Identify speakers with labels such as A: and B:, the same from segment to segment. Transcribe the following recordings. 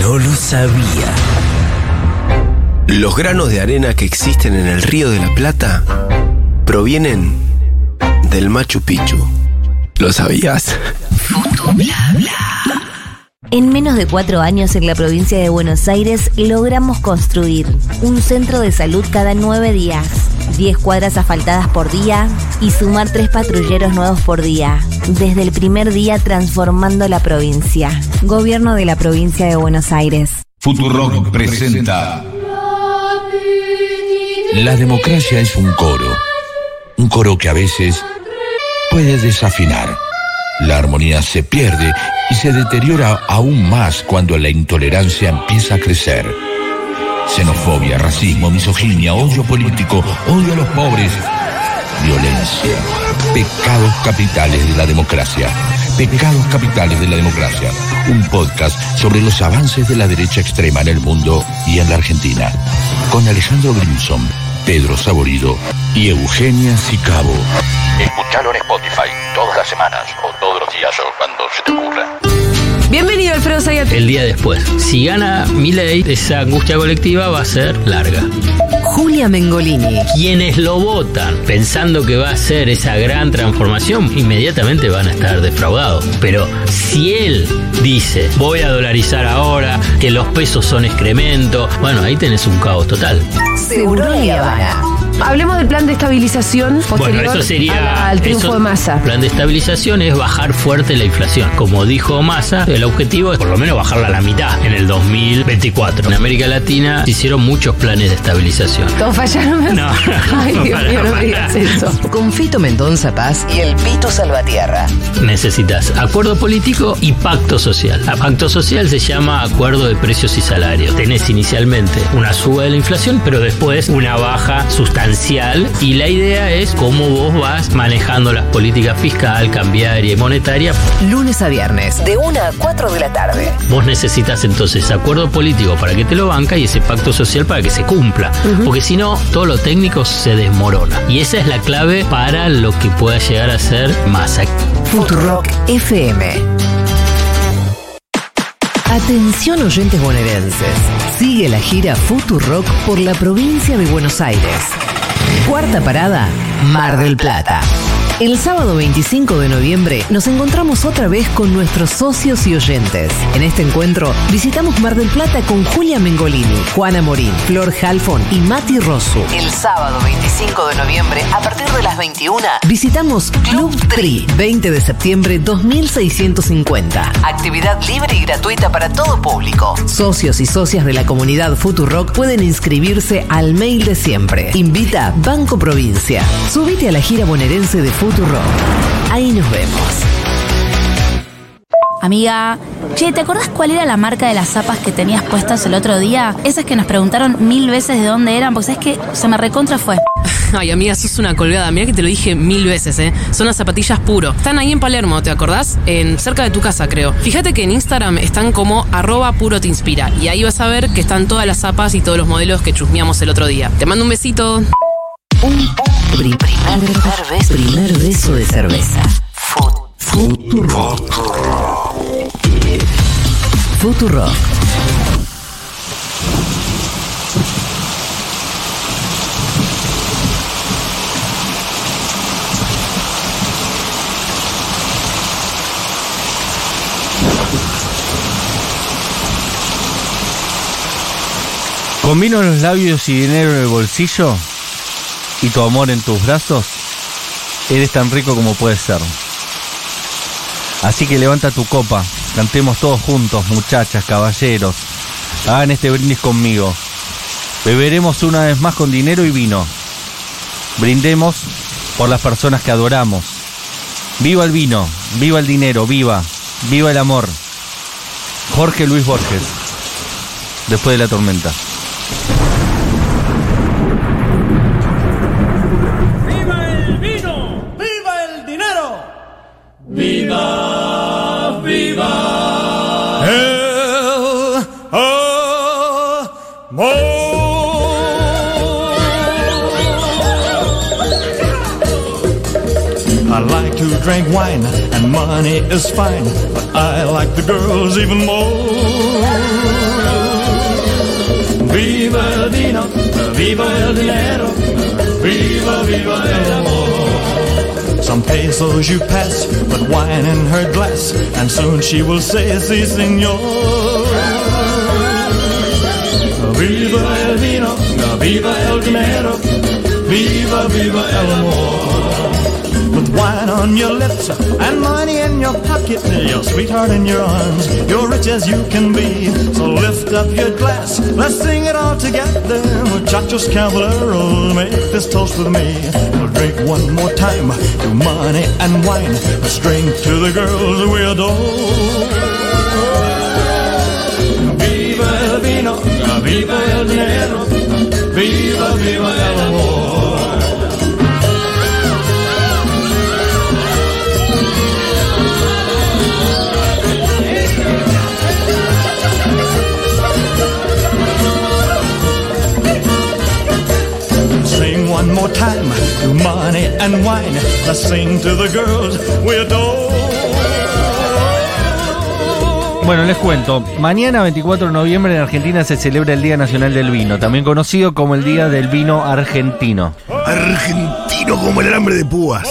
A: No lo sabía. Los granos de arena que existen en el río de la Plata provienen del Machu Picchu. ¿Lo sabías?
B: En menos de cuatro años en la provincia de Buenos Aires logramos construir un centro de salud cada nueve días, 10 cuadras asfaltadas por día y sumar tres patrulleros nuevos por día, desde el primer día transformando la provincia. Gobierno de la provincia de Buenos Aires.
C: Futurock presenta
D: La democracia es un coro, un coro que a veces puede desafinar. La armonía se pierde y se deteriora aún más cuando la intolerancia empieza a crecer. Xenofobia, racismo, misoginia, odio político, odio a los pobres, violencia, pecados capitales de la democracia. Pecados capitales de la democracia, un podcast sobre los avances de la derecha extrema en el mundo y en la Argentina, con Alejandro Grimson, Pedro Saborido y Eugenia Sicabo. Escuchalo en Spotify todas las semanas o todos los días o cuando se te ocurra.
E: Bienvenido Alfredo Zayat.
F: el día después. Si gana Milei, esa angustia colectiva va a ser larga.
E: Julia Mengolini.
F: Quienes lo votan pensando que va a ser esa gran transformación, inmediatamente van a estar defraudados. Pero si él dice, voy a dolarizar ahora, que los pesos son excremento, bueno, ahí tenés un caos total.
E: Seguro Habana. Hablemos del plan de estabilización posterior
F: bueno, eso sería.
E: a- al triunfo
F: eso-
E: de Massa.
F: El plan de estabilización es bajar fuerte la inflación. Como dijo Massa, el objetivo es por lo menos bajarla a la mitad en el 2024. En América Latina se hicieron muchos planes de estabilización.
E: ¿Todos fallaron?
F: No.
E: Ay, Dios mío, no me digas eso.
G: Con Fito Mendonza Paz y el Pito Salvatierra.
F: Necesitas acuerdo político y pacto social. A pacto social se llama acuerdo de precios y salarios. Tenés inicialmente una suba de la inflación, pero después una baja sustancial. Y la idea es cómo vos vas manejando las políticas fiscal, cambiaria y monetaria.
G: Lunes a viernes, de 1 a 4 de la tarde.
F: Vos necesitas entonces acuerdo político para que te lo banca y ese pacto social para que se cumpla. Porque si no, todo lo técnico se desmorona. Y esa es la clave para lo que pueda llegar a ser masa.
G: Futurock FM. Atención oyentes bonaerenses. Sigue la gira Futurock por la provincia de Buenos Aires. Cuarta parada, Mar del Plata. El sábado 25 de noviembre nos encontramos otra vez con nuestros socios y oyentes. En este encuentro visitamos Mar del Plata con Julia Mengolini, Juana Morín, Flor Halfon y Mati Rosu. El sábado 25 de noviembre, a partir de las 21, visitamos Club Tri, 20 de septiembre 2650. Actividad libre y gratuita para todo público. Socios y socias de la comunidad Futurock pueden inscribirse al mail de siempre. Invita Banco Provincia. Subite a la gira bonaerense de Futurock. Ahí nos vemos.
H: Amiga, che, ¿te acordás cuál era la marca de las zapas que tenías puestas el otro día? Esas que nos preguntaron mil veces de dónde eran, porque es que se me recontra fue.
I: Ay, amiga, sos una colgada. Mira que te lo dije mil veces, ¿eh? Son las zapatillas puro. Están ahí en Palermo, ¿te acordás? En, cerca de tu casa, creo. Fíjate que en Instagram están como arroba puro te inspira. Y ahí vas a ver que están todas las zapas y todos los modelos que chusmeamos el otro día. Te mando un besito.
G: Pri- primer, beso, primer beso de cerveza. Futurock. Futurock.
J: Con vino en los labios y dinero en el bolsillo y tu amor en tus brazos, eres tan rico como puedes ser. Así que levanta tu copa, cantemos todos juntos, muchachas, caballeros, hagan este brindis conmigo. Beberemos una vez más con dinero y vino. Brindemos por las personas que adoramos. Viva el vino, viva el dinero, viva, viva el amor. Jorge Luis Borges, después de la tormenta.
K: I like to drink wine, and money is fine, but I like the girls even more. Viva el dinero, viva, viva el amor. Some pesos you pass, but wine in her glass, and soon she will say, si, senor. Viva el vino, viva el dinero, viva, viva el amor. With wine on your lips and money in your pocket, your sweetheart in your arms, you're rich as you can be. So lift up your glass, let's sing it all together. Muchachos caballeros, make this toast with me. We'll drink one more time to money and wine. Let's drink to the girls we adore. Viva el vino, viva el dinero, viva, viva el amor. Sing one more time to money and wine. Let's sing to the girls we adore.
J: Bueno, les cuento. Mañana, 24 de noviembre, en Argentina se celebra el Día Nacional del Vino, también conocido como el Día del Vino Argentino.
A: Argentino como el alambre de púas.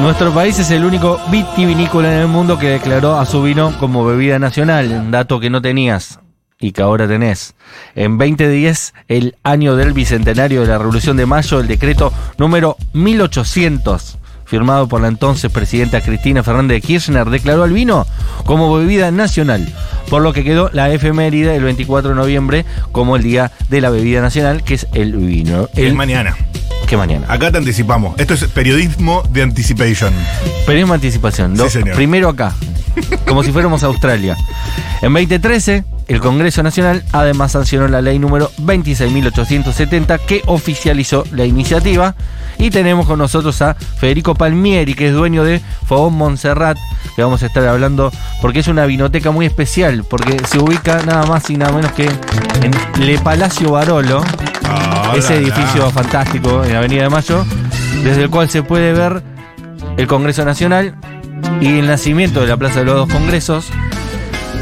J: Nuestro país es el único vitivinícola en el mundo que declaró a su vino como bebida nacional, un dato que no tenías y que ahora tenés. En 2010, el año del bicentenario de la Revolución de Mayo, el decreto número 1800, firmado por la entonces presidenta Cristina Fernández de Kirchner, declaró al vino como bebida nacional, por lo que quedó la efeméride el 24 de noviembre como el día de la bebida nacional, que es el vino.
L: El, el mañana.
J: Que mañana.
L: Acá te anticipamos. Esto es periodismo de anticipation.
J: Periodismo de anticipación. ¿no?
L: Sí, señor.
J: Primero acá, como si fuéramos a Australia. En 2013, el Congreso Nacional además sancionó la ley número 26.870 que oficializó la iniciativa. Y tenemos con nosotros a Federico Palmieri, que es dueño de Fogón Montserrat, que vamos a estar hablando porque es una vinoteca muy especial, porque se ubica nada más y nada menos que en Le Palacio Barolo,
L: Ah,
J: ese
L: la, la.
J: edificio fantástico en la Avenida de Mayo, desde el cual se puede ver el Congreso Nacional y el nacimiento de la Plaza de los Dos Congresos.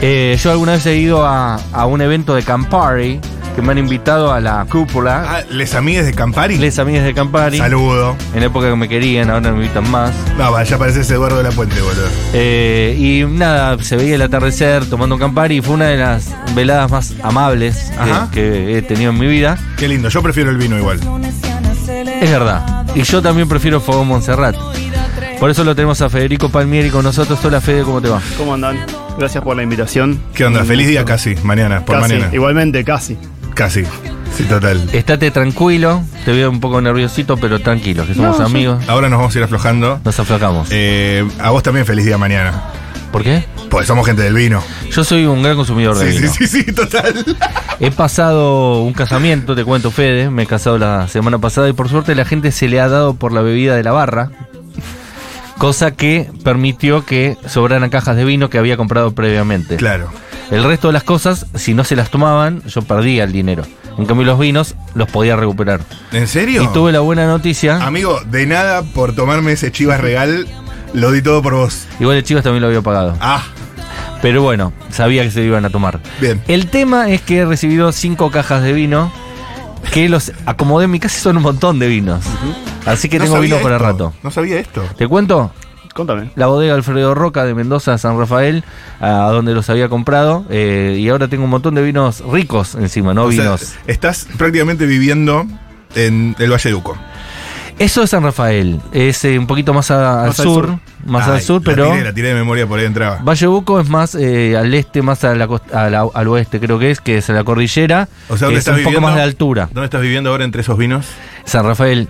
J: Eh, yo alguna vez he ido a, a un evento de Campari que me han invitado a la cúpula.
L: Ah, les amigues de Campari.
J: Les amigas de Campari.
L: Saludo.
J: En la época que me querían, ahora no me invitan más.
L: No, va, ya pareces Eduardo de la Puente, boludo.
J: Eh, y nada, se veía el atardecer tomando un Campari y fue una de las veladas más amables que-
L: Ajá.
J: que he tenido en mi vida.
L: Qué lindo, yo prefiero el vino igual.
J: Es verdad. Y yo también prefiero Fogón Montserrat. Por eso lo tenemos a Federico Palmieri con nosotros. Hola Fede, ¿cómo te va?
M: ¿Cómo andan? Gracias por la invitación.
L: ¿Qué onda? Feliz día casi, mañana, por
M: Casi,
L: mañana.
M: igualmente, casi.
L: Casi. Sí, total.
J: Estate tranquilo, te veo un poco nerviosito, pero tranquilo, que somos
M: No, yo-
J: amigos,
L: Ahora nos vamos a ir aflojando.
J: nos aflojamos.
L: Eh, a vos también feliz día mañana.
J: ¿Por qué?
L: Porque somos gente del vino.
J: Yo soy un gran consumidor de
L: Sí, sí,
J: vino.
L: sí, sí, total.
J: He pasado un casamiento, te cuento Fede, me he casado la semana pasada y por suerte la gente se le ha dado por la bebida de la barra, cosa que permitió que sobraran cajas de vino que había comprado previamente.
L: Claro.
J: El resto de las cosas, si no se las tomaban, yo perdía el dinero. En cambio, los vinos los podía recuperar.
L: ¿En serio?
J: Y tuve la buena noticia.
L: Amigo, de nada por tomarme ese chivas regal, lo di todo por vos.
J: Igual el Chivas también lo había pagado.
L: Ah,
J: Pero bueno, sabía que se lo iban a tomar.
L: bien.
J: El tema es que he recibido cinco cajas de vino que los acomodé en mi casa y son un montón de vinos. Así que
L: No
J: tengo
L: sabía
J: vino para
L: esto,
J: rato.
L: No sabía esto.
J: ¿Te cuento?
M: Contame.
J: La bodega Alfredo Roca de Mendoza, San Rafael, a donde los había comprado. eh, y ahora tengo un montón de vinos ricos encima, no
L: O sea,
J: vinos.
L: estás prácticamente viviendo en el Valle Duco.
J: Eso es San Rafael, es eh, un poquito más a- al
M: Más al
J: sur,
M: sur.
J: más
L: Ay,
J: al sur,
L: Ah, la
J: pero
L: Tiré, la tiré de memoria por ahí entraba.
J: Valle Buco es más eh, al este, más a la cost- a la- al oeste creo que es, que es a la cordillera,
L: O sea,
J: que
L: ¿dónde
J: es
L: estás
J: un poco
L: viviendo?
J: más de altura.
L: ¿Dónde estás viviendo ahora entre esos vinos?
J: San Rafael,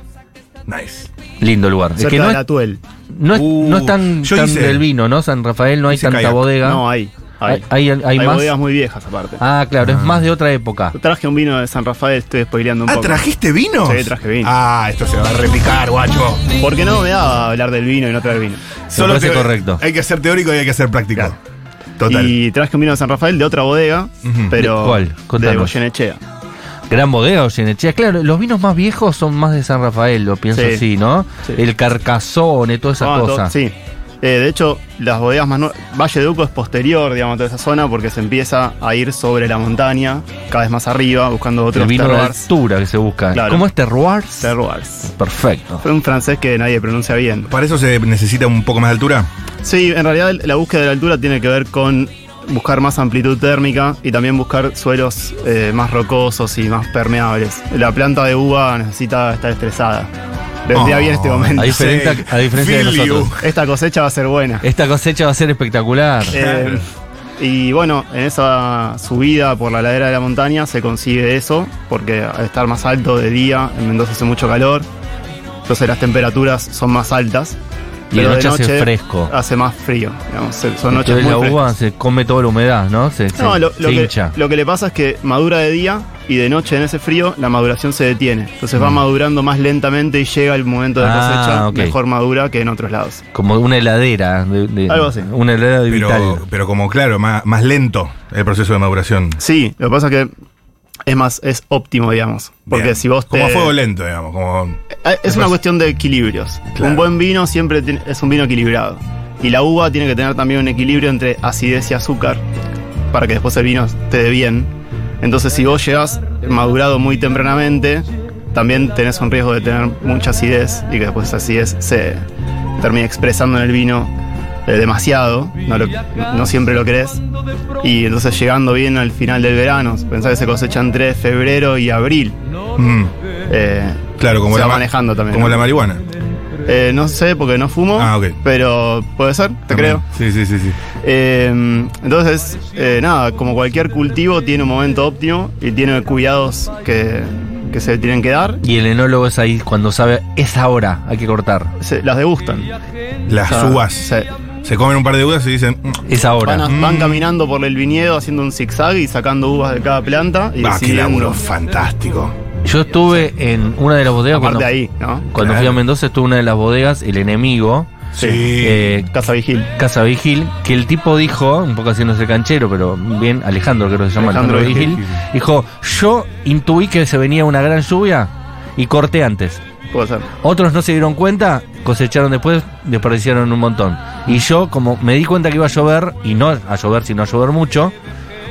L: Nice.
J: lindo lugar. Es
M: Cerca
J: que no
M: de
J: es,
M: la Tuel.
J: no es-
L: Uh,
J: no es tan,
L: yo
J: tan
L: hice-
J: del vino, ¿no? San Rafael no hay
L: hice
J: tanta
L: kayak.
J: bodega.
M: No, hay. Hay,
J: Hay- hay- hay más.
M: bodegas muy viejas aparte.
J: Ah, claro, es más de otra época.
M: Traje un vino de San Rafael, estoy spoileando un
L: Ah,
M: poco.
L: ¿trajiste vino?
M: Sí, traje vino.
L: Ah, esto se va a repicar, guacho.
M: Porque no me daba hablar del vino y no traer vino.
J: parece correcto.
L: Hay que ser teórico y hay que ser práctico.
M: Claro.
L: Total.
M: Y traje un vino de San Rafael de otra bodega,
L: Ujú.
M: pero
J: ¿De cuál?
M: de
J: Contanos.
M: Goyenechea.
J: Gran bodega, Ollenechea. Claro, los vinos más viejos son más de San Rafael, lo pienso
M: Sí.
J: así, ¿no?
M: Sí.
J: El Carcassonne, todas esas
M: Ah, to-
J: cosas.
M: Sí. Eh, de hecho, las bodegas más nuevas. Valle de Uco es posterior, digamos, a toda esa zona porque se empieza a ir sobre la montaña, cada vez más arriba, buscando otros
J: el vino de
M: terroirs.
J: altura que se busca.
M: Claro.
J: ¿Cómo es terroirs?
M: Terroirs.
J: Perfecto.
M: Fue un francés que nadie pronuncia bien.
L: ¿Para eso se necesita un poco más de altura?
M: Sí, en realidad la búsqueda de la altura tiene que ver con buscar más amplitud térmica y también buscar suelos eh, más rocosos y más permeables. La planta de uva necesita estar estresada. Les vendría
J: Oh,
M: bien este momento.
J: a diferencia- Sí. a diferencia de Feel you. nosotros.
M: Esta cosecha va a ser buena.
J: Esta cosecha va a ser espectacular.
M: Eh, y bueno, en esa subida por la ladera de la montaña se consigue eso, porque al estar más alto de día, en Mendoza hace mucho calor, entonces las temperaturas son más altas.
J: Y de noche hace fresco.
M: Hace más frío, digamos, se- ah, son noches
J: Entonces
M: muy
J: la
M: frescas.
J: uva se come toda la humedad, ¿no? Se, se-
M: No, lo, lo
J: se
M: que,
J: hincha.
M: lo que le pasa es que madura de día y de noche en ese frío la maduración se detiene. Entonces va
J: Mm.
M: madurando más lentamente y llega el momento de
J: Ah,
M: cosecha
J: ok.
M: mejor madura que en otros lados.
J: Como una heladera. de- de-
M: Algo así.
J: Una heladera de vital.
L: Pero, pero como claro, más, más lento el proceso de maduración.
M: Sí, lo que pasa es que es más, es óptimo, digamos. Porque
L: Bien.
M: si vos
L: Como a
M: te-
L: fuego lento, digamos. Como,
M: Eh, Es una cuestión de equilibrios. Un buen vino siempre tiene- es un vino equilibrado. Y la uva tiene que tener también un equilibrio entre acidez y azúcar para que después el vino te dé bien. Entonces, si vos llegas madurado muy tempranamente, también tenés un riesgo de tener mucha acidez y que después esa acidez se termine expresando en el vino eh, demasiado. No, lo- no siempre lo crees. Y entonces, llegando bien al final del verano, pensá que se cosecha entre febrero y abril.
L: Mm.
M: Eh,
L: Claro, como
M: se
L: la
M: va
L: ma-
M: manejando también.
L: como
M: ¿no?
L: la marihuana.
M: Eh, no sé porque no fumo.
L: Ah, ok.
M: Pero puede ser, te creo.
L: Sí, sí, sí, sí.
M: Eh, entonces, eh, nada, como cualquier cultivo tiene un momento óptimo y tiene cuidados que, que se tienen que dar,
J: Y el enólogo es ahí cuando sabe, es ahora, hay que cortar.
M: se- las degustan.
L: Las
M: O sea,
L: uvas.
M: se-
L: Se comen un par de uvas y dicen. mm,
J: Es ahora.
M: van, a- van caminando por el viñedo haciendo un zigzag y sacando uvas de cada planta. Y
L: Ah, qué
M: decidiendo-
L: laburo fantástico.
J: Yo estuve en una de las bodegas
M: Aparte
J: cuando,
M: ahí, ¿no?
J: cuando fui a Mendoza, estuve en una de las bodegas, el enemigo.
L: Sí.
J: eh,
M: Casa Vigil.
J: Casa Vigil, que el tipo dijo, un poco haciéndose canchero, pero bien, Alejandro creo que se llama,
M: Alejandro
J: Alejandro, Vigil, dijo, yo intuí que se venía una gran lluvia y corté antes.
M: Puede ser.
J: Otros no se dieron cuenta, cosecharon después, desperdiciaron un montón. Y yo, como me di cuenta que iba a llover, y no a llover, sino a llover mucho,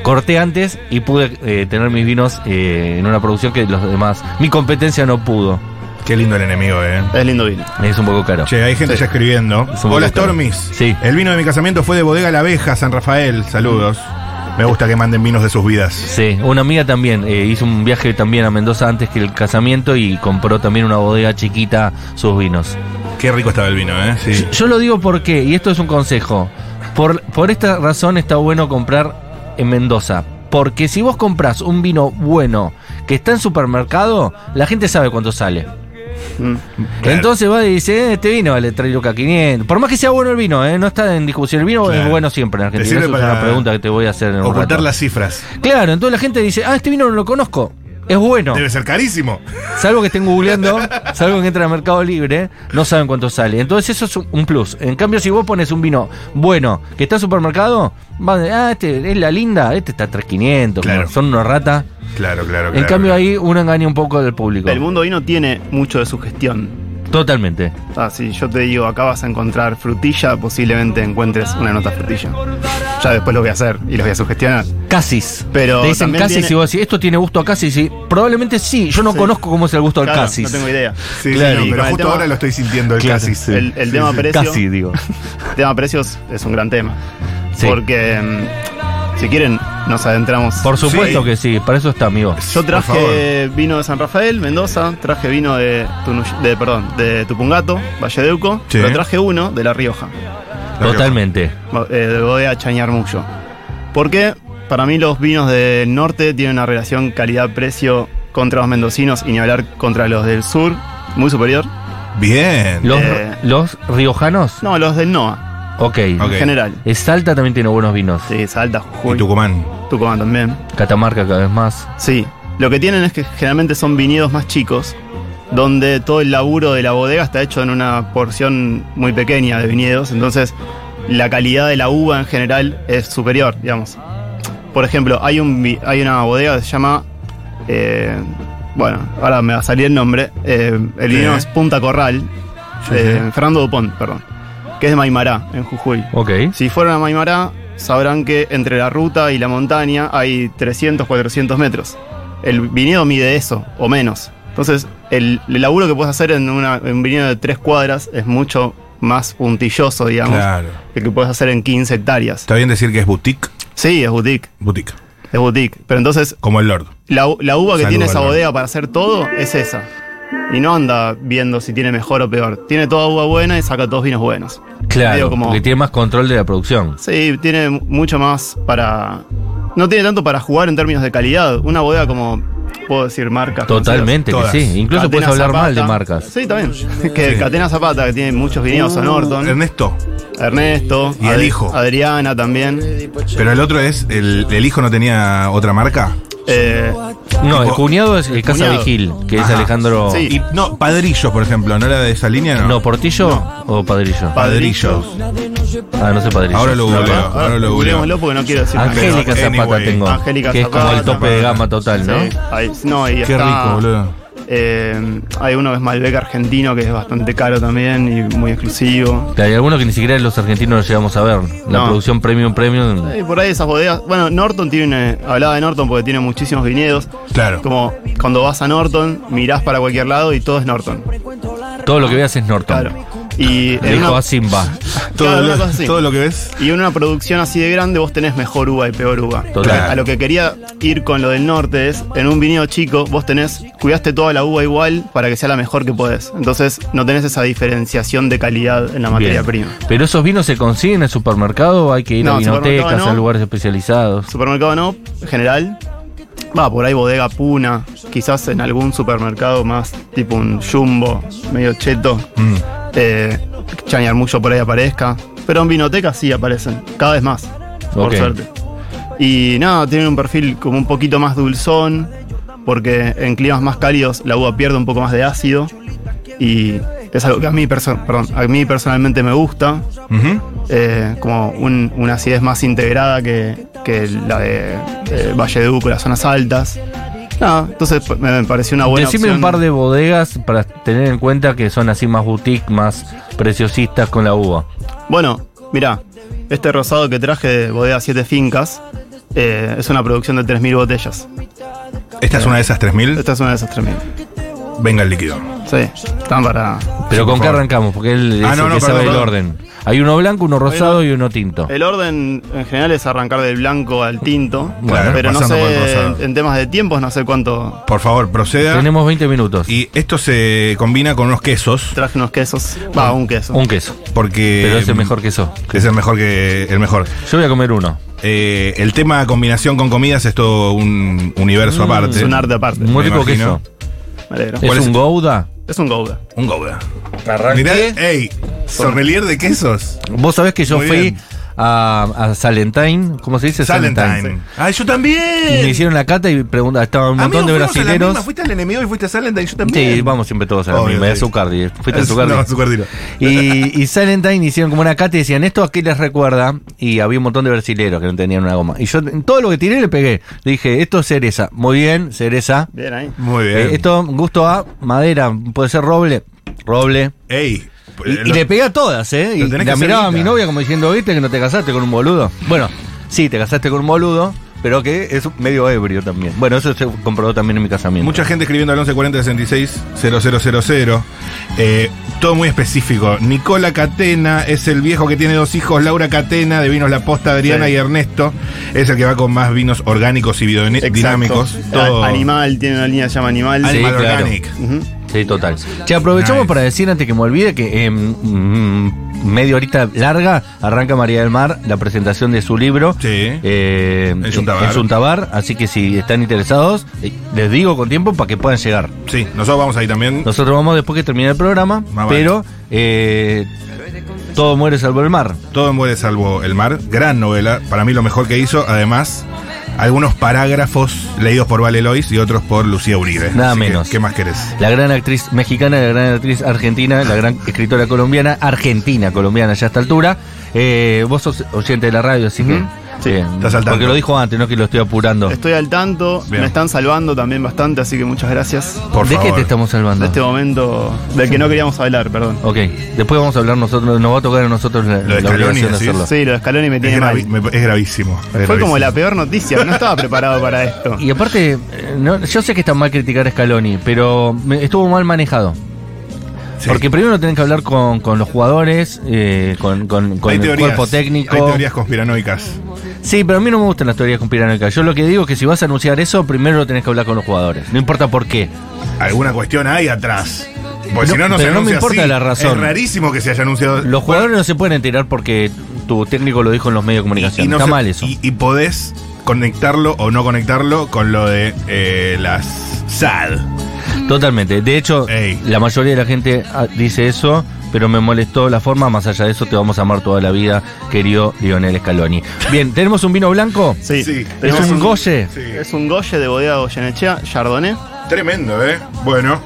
J: corté antes y pude eh, tener mis vinos eh, en una producción que los demás, mi competencia no pudo.
L: Qué lindo el enemigo, eh.
M: Es lindo vino.
J: Es un poco caro.
L: Che, hay gente ya escribiendo.
J: Es un
L: Hola,
J: poco caro.
L: Stormis.
J: Sí.
L: El vino de mi casamiento fue de Bodega La Abeja, San Rafael. Saludos. Me gusta que manden vinos de sus vidas.
J: Sí, una amiga también eh, hizo un viaje también a Mendoza antes que el casamiento y compró también una bodega chiquita sus vinos.
L: Qué rico estaba el vino, eh. Sí.
J: Yo lo digo porque, y esto es un consejo, por, por esta razón está bueno comprar en Mendoza. Porque si vos compras un vino bueno que está en supermercado, la gente sabe cuánto sale.
M: Mm.
L: Claro.
J: Entonces va y dice, "Eh, este vino vale 3 lucas 500. Por más que sea bueno el vino, eh, no está en discusión. El vino
L: Claro.
J: es bueno siempre en
L: Te
J: Argentina.
L: sirve
J: Esa es
L: para
J: una pregunta que te voy a hacer en un
L: Ocultar
J: rato.
L: las cifras.
J: Claro, entonces la gente dice, ah, este vino no lo conozco. Es bueno.
L: Debe ser carísimo.
J: Salvo que estén googleando, salvo que entren a Mercado Libre, no saben cuánto sale. Entonces eso es un- un plus. En cambio, si vos pones un vino bueno que está en supermercado, van a decir, ah, este es la linda, este está a 3.500,
L: Claro.
J: como son una rata.
L: Claro, claro, claro.
J: En cambio ahí uno engaña un poco del público.
M: El mundo vino tiene mucho de su gestión.
J: Totalmente.
M: Ah, sí, yo te digo, acá vas a encontrar frutilla, posiblemente encuentres una nota frutilla. Ya después lo voy a hacer y los voy a sugestionar.
J: Casis.
M: Pero
J: Te dicen
M: también
J: casis
M: tiene-
J: y vos decís, esto tiene gusto a casis. Y probablemente sí, yo no
M: Sí.
J: conozco cómo es el gusto
M: Claro,
J: al casis.
M: No tengo idea.
L: Sí,
J: Claro,
L: sí,
M: y
L: pero
M: con el
L: justo
M: tema-
L: ahora lo estoy sintiendo el
J: Claro,
L: casi.
J: sí.
M: El, el
L: Sí,
M: tema
L: sí.
M: precios.
J: Casi, digo.
M: El tema precios es un gran tema.
J: Sí.
M: Porque mm, si quieren, nos adentramos.
J: Por supuesto que sí, para eso está, amigo.
M: Yo
L: Por
M: traje
L: favor.
M: vino de San Rafael, Mendoza, traje vino de, Tunu- de perdón, de Tupungato, Valle de Uco,
L: Sí.
M: pero traje uno de La Rioja.
J: Totalmente.
M: Bo- eh, de bodega Chañar Mucho. Porque para mí los vinos del norte tienen una relación calidad-precio contra los mendocinos y ni hablar contra los del sur, muy superior.
L: Bien.
J: Los,
M: Eh.
J: los riojanos,
M: No, los del NOA,
J: ok.
L: Ok.
M: en general.
J: Eh, Salta también tiene buenos vinos.
M: Sí, Salta, Jujuy,
L: Y Tucumán.
M: Tucumán también.
J: Catamarca cada vez más.
M: Sí, lo que tienen es que generalmente son viñedos más chicos, donde todo el laburo de la bodega está hecho en una porción muy pequeña de viñedos, entonces la calidad de la uva en general es superior, digamos. Por ejemplo, hay, un, vi- hay una bodega que se llama... eh, bueno, ahora me va a salir el nombre. eh, el
L: Sí.
M: vino es Punta Corral.
L: Sí,
M: eh,
L: sí.
M: Fernando Dupont, perdón. que es de Maimará, en Jujuy.
J: Ok.
M: Si fueron a Maimará, sabrán que entre la ruta y la montaña hay 300, 400 metros. El viñedo mide eso, o menos. Entonces, el, el laburo que puedes hacer en, una- en un viñedo de tres cuadras es mucho más puntilloso, digamos,
L: Claro.
M: que el que puedes hacer en 15 hectáreas.
L: ¿Está bien decir que es boutique?
M: Sí, es boutique.
L: Boutique.
M: Es boutique. Pero entonces,
L: Como el Lord.
M: la, u- la uva que
L: Salud,
M: tiene esa
L: Alberto.
M: bodega para hacer todo es esa. Y no anda viendo si tiene mejor o peor. Tiene toda uva buena y saca todos vinos buenos.
J: Claro,
M: Medio como-
J: porque tiene más control de la producción.
M: Sí, tiene mucho más para. No tiene tanto para jugar en términos de calidad. Una bodega como. Puedo decir marcas.
J: Totalmente que
M: conocidas.
J: sí. Incluso
M: Catena
J: puedes hablar
M: Zapata.
J: mal de marcas.
M: Sí, también. Que Catena Zapata, que tiene muchos viñedos
J: Uh,
M: en Norton.
L: Ernesto.
M: Ernesto.
L: Y el
M: Adri-
L: hijo.
M: Adriana también.
L: Pero el otro es, el, el hijo no tenía otra marca.
M: Eh,
J: No, el
L: Tipo-
J: cuñado es el Casa
L: Cuñado.
J: Vigil, que es
L: Ajá.
J: Alejandro.
L: Sí. Y, no, Padrillos, por ejemplo, ¿no era de esa línea? No,
J: No, ¿Portillo o Padrillo?
L: Padrillos.
J: Ah, no sé Padrillo.
L: Ahora lo googleo,
J: No, Ah,
L: ahora lo googleo.
M: ah, googleémoslo porque no quiero decir nada.
J: Angélica Zapata
M: Anyway.
J: tengo.
M: Angélica
J: que es como el
M: Zapata.
J: tope de gama total, ¿no?
M: Sí, ahí- no, y
J: Qué
M: está-
J: rico, boludo.
M: eh, hay uno que es Malbec argentino que es bastante caro también y muy exclusivo.
J: Hay algunos que ni siquiera los argentinos los llegamos a ver. La
M: No.
J: producción premium, premium.
M: Eh, por ahí esas bodegas. Bueno, Norton tiene. una- Hablaba de Norton porque tiene muchísimos viñedos.
L: Claro.
M: Como cuando vas a Norton, mirás para cualquier lado y todo es Norton.
J: Todo lo que veas es Norton.
M: Y
J: Le
M: en
J: dijo
M: una-
J: a Simba.
M: Todo, lo,
L: todo lo que ves.
M: Y en una producción así de grande vos tenés mejor uva y peor uva.
J: Total.
M: A lo que quería ir con lo del norte es, en un viñedo chico vos tenés, cuidaste toda la uva igual para que sea la mejor que podés. Entonces no tenés esa diferenciación de calidad en la materia
J: Bien.
M: prima.
J: Pero esos vinos se consiguen en el supermercado, o hay que ir
M: No,
J: a vinotecas,
M: supermercado no.
J: a lugares especializados.
M: Supermercado no, general. Va, por ahí bodega puna, quizás en algún supermercado más tipo un jumbo, medio cheto.
L: Mm.
M: Eh, Chañar mucho por ahí aparezca. Pero en vinotecas sí aparecen, cada vez más, por
J: Ok.
M: suerte. Y nada, tienen un perfil como un poquito más dulzón, porque en climas más cálidos la uva pierde un poco más de ácido. Y es algo que a mí, perso- perdón, a mí personalmente me gusta, eh, como un- una acidez más integrada que, que la de eh, Valle de Uco, las zonas altas. Nada, entonces p- me me pareció una buena
J: Decime
M: opción.
J: un par de bodegas para tener en cuenta que son así más boutique, más preciosistas con la uva.
M: Bueno, mirá, este rosado que traje de Bodega 7 Fincas eh, es una producción de 3.000 botellas.
L: ¿Esta es una de esas 3000?
M: Esta es una de esas 3.000.
L: Venga el líquido.
M: Sí, están para...
J: Pero con qué
L: Sí, por favor.
J: arrancamos, porque él es
L: Ah, no,
J: el
L: no,
J: que
L: perdón,
J: sabe el
L: perdón. Eh,
J: orden. Hay uno blanco, uno rosado y uno tinto.
M: El orden en general es arrancar del blanco al tinto,
L: Bueno,
M: pero no
L: pasando por el
M: sé,
L: rosado.
M: en, en temas de tiempos no sé cuánto
L: Por favor, proceda.
J: Tenemos 20 minutos.
L: Y esto se combina con unos quesos,
M: traje unos quesos. Va, un queso.
J: Un queso.
L: porque
J: Pero es el mejor queso.
L: es el mejor mm, que el mejor.
J: Yo voy a comer uno.
L: Eh, el tema combinación con comidas es todo un universo aparte.
M: Mm, Es un arte aparte.
J: Muy
L: Me
J: rico
L: imagino.
J: queso.
M: Me alegro.
J: ¿Es,
L: ¿Cuál es?
J: un Gouda?
M: Es un gouda.
L: Un gouda. Mirá, ey, sommelier de quesos.
J: Vos sabés que yo
L: Muy
J: fui
L: bien.
J: a, a Salentine, ¿cómo se dice?
L: Salentine. Ah, yo también.
J: Y me hicieron la cata y pregunta, estaban un montón
L: Amigos,
J: de
L: fuimos a la
J: brasileños.
L: misma, Fuiste al enemigo y fuiste a Salentine, yo también.
J: Sí, vamos siempre todos a la
L: Obvio,
J: misma,
L: sí.
J: es Zucardi. Fuiste a
L: Es-
J: Zucardi.
L: No, Zucardino.
J: Y, y Silent Time hicieron como una cata y decían, ¿esto a qué les recuerda? Y había un montón de brasileros que no tenían una goma. Y yo en todo lo que tiré le pegué. Le dije, esto es cereza. Muy bien, cereza.
M: Bien ahí.
L: Muy bien.
J: Eh, esto, gusto a madera, puede ser roble. Roble.
L: Ey.
J: Y, y
L: Eh, lo-
J: le pegué a todas, ¿eh?
L: lo
J: Y
L: tenés
J: la
L: que hacer
J: miraba a
L: guita.
J: mi novia como diciendo, ¿viste que no te casaste con un boludo? Bueno, sí, te casaste con un boludo, pero que es medio ebrio también. Bueno, eso se comprobó también en mi casamiento.
L: Mucha gente escribiendo al 1140-66-0000. Eh, todo muy específico. Nicola Catena es el viejo que tiene dos hijos. Laura Catena, de Vinos La Posta, Adriana
M: Sí.
L: y Ernesto. Es el que va con más vinos orgánicos y biodinámicos.
M: Exacto.
L: Todo
M: A- Animal, tiene una línea que se llama Animal.
J: Sí,
L: Animal
J: claro.
L: Organic.
M: Ujú.
J: Sí, total. Che, aprovechamos
L: Nice.
J: para decir antes que me olvide que en mm, media horita larga arranca María del Mar la presentación de su libro.
L: Sí.
J: eh,
L: En Suntabar.
J: en Suntabar, así que si están interesados, eh, les digo con tiempo para que puedan llegar.
L: Sí, nosotros vamos ahí también.
J: Nosotros vamos después que termine el programa,
L: Más vale.
J: pero eh, todo muere salvo el mar.
L: Todo muere salvo el mar. Gran novela. Para mí lo mejor que hizo. Además, algunos parágrafos leídos por Vale Lois y otros por Lucía Uribe.
J: Nada
L: Así que,
J: menos.
L: ¿Qué más querés?
J: La gran actriz mexicana, la gran actriz argentina, la gran escritora colombiana, argentina, colombiana ya a esta altura. Eh, vos sos oyente de la radio, así que
M: Sí.
L: Estás al tanto.
J: Porque lo dijo antes, no que lo estoy apurando.
M: Estoy al tanto,
J: Bien.
M: me están salvando también bastante, así que muchas gracias.
J: Por ¿De qué favor. te estamos salvando?
M: De este momento del que no queríamos hablar, perdón.
J: Ok, después vamos a hablar nosotros, nos va a tocar a nosotros la,
L: Lo de
J: la
L: Scaloni,
J: obligación de
L: decís.
J: hacerlo.
M: Sí, lo de Scaloni me tiene
L: Es, gravi-
M: mal.
L: me- es gravísimo. es
M: Fue
L: gravísimo.
M: como la peor noticia, no estaba preparado para esto.
J: Y aparte, eh, no- yo sé que está mal criticar a Scaloni, pero me- estuvo mal manejado. Porque primero tienen que hablar con, con los jugadores, eh, con, con- con
L: Hay
J: el
L: teorías,
J: cuerpo técnico.
L: Hay teorías conspiranoicas.
J: Sí, pero a mí no me gustan las teorías conspiranoicas. Yo lo que digo es que si vas a anunciar eso, primero lo tenés que hablar con los jugadores. No importa por qué.
L: Alguna cuestión hay atrás. Porque
J: No,
L: si no,
J: pero no
L: no se
J: me
L: anuncia
J: importa
L: así.
J: la razón.
L: Es rarísimo que se haya anunciado.
J: Los jugadores no se pueden enterar porque tu técnico lo dijo en los medios de comunicación.
L: y no
J: está
L: se-
J: mal eso.
L: Y, y podés conectarlo o no conectarlo con lo de eh, las SAD.
J: Totalmente. De hecho, la mayoría de la gente ah, dice eso, pero me molestó la forma. Más allá de eso, te vamos a amar toda la vida, querido Lionel Scaloni. Bien, ¿tenemos un vino blanco?
M: Sí. Sí,
J: ¿Es
M: tenemos
J: un
M: un-
J: goye?
M: Es un Goye de bodega Goyenechea, Chardonnay.
L: Tremendo, ¿eh? Bueno,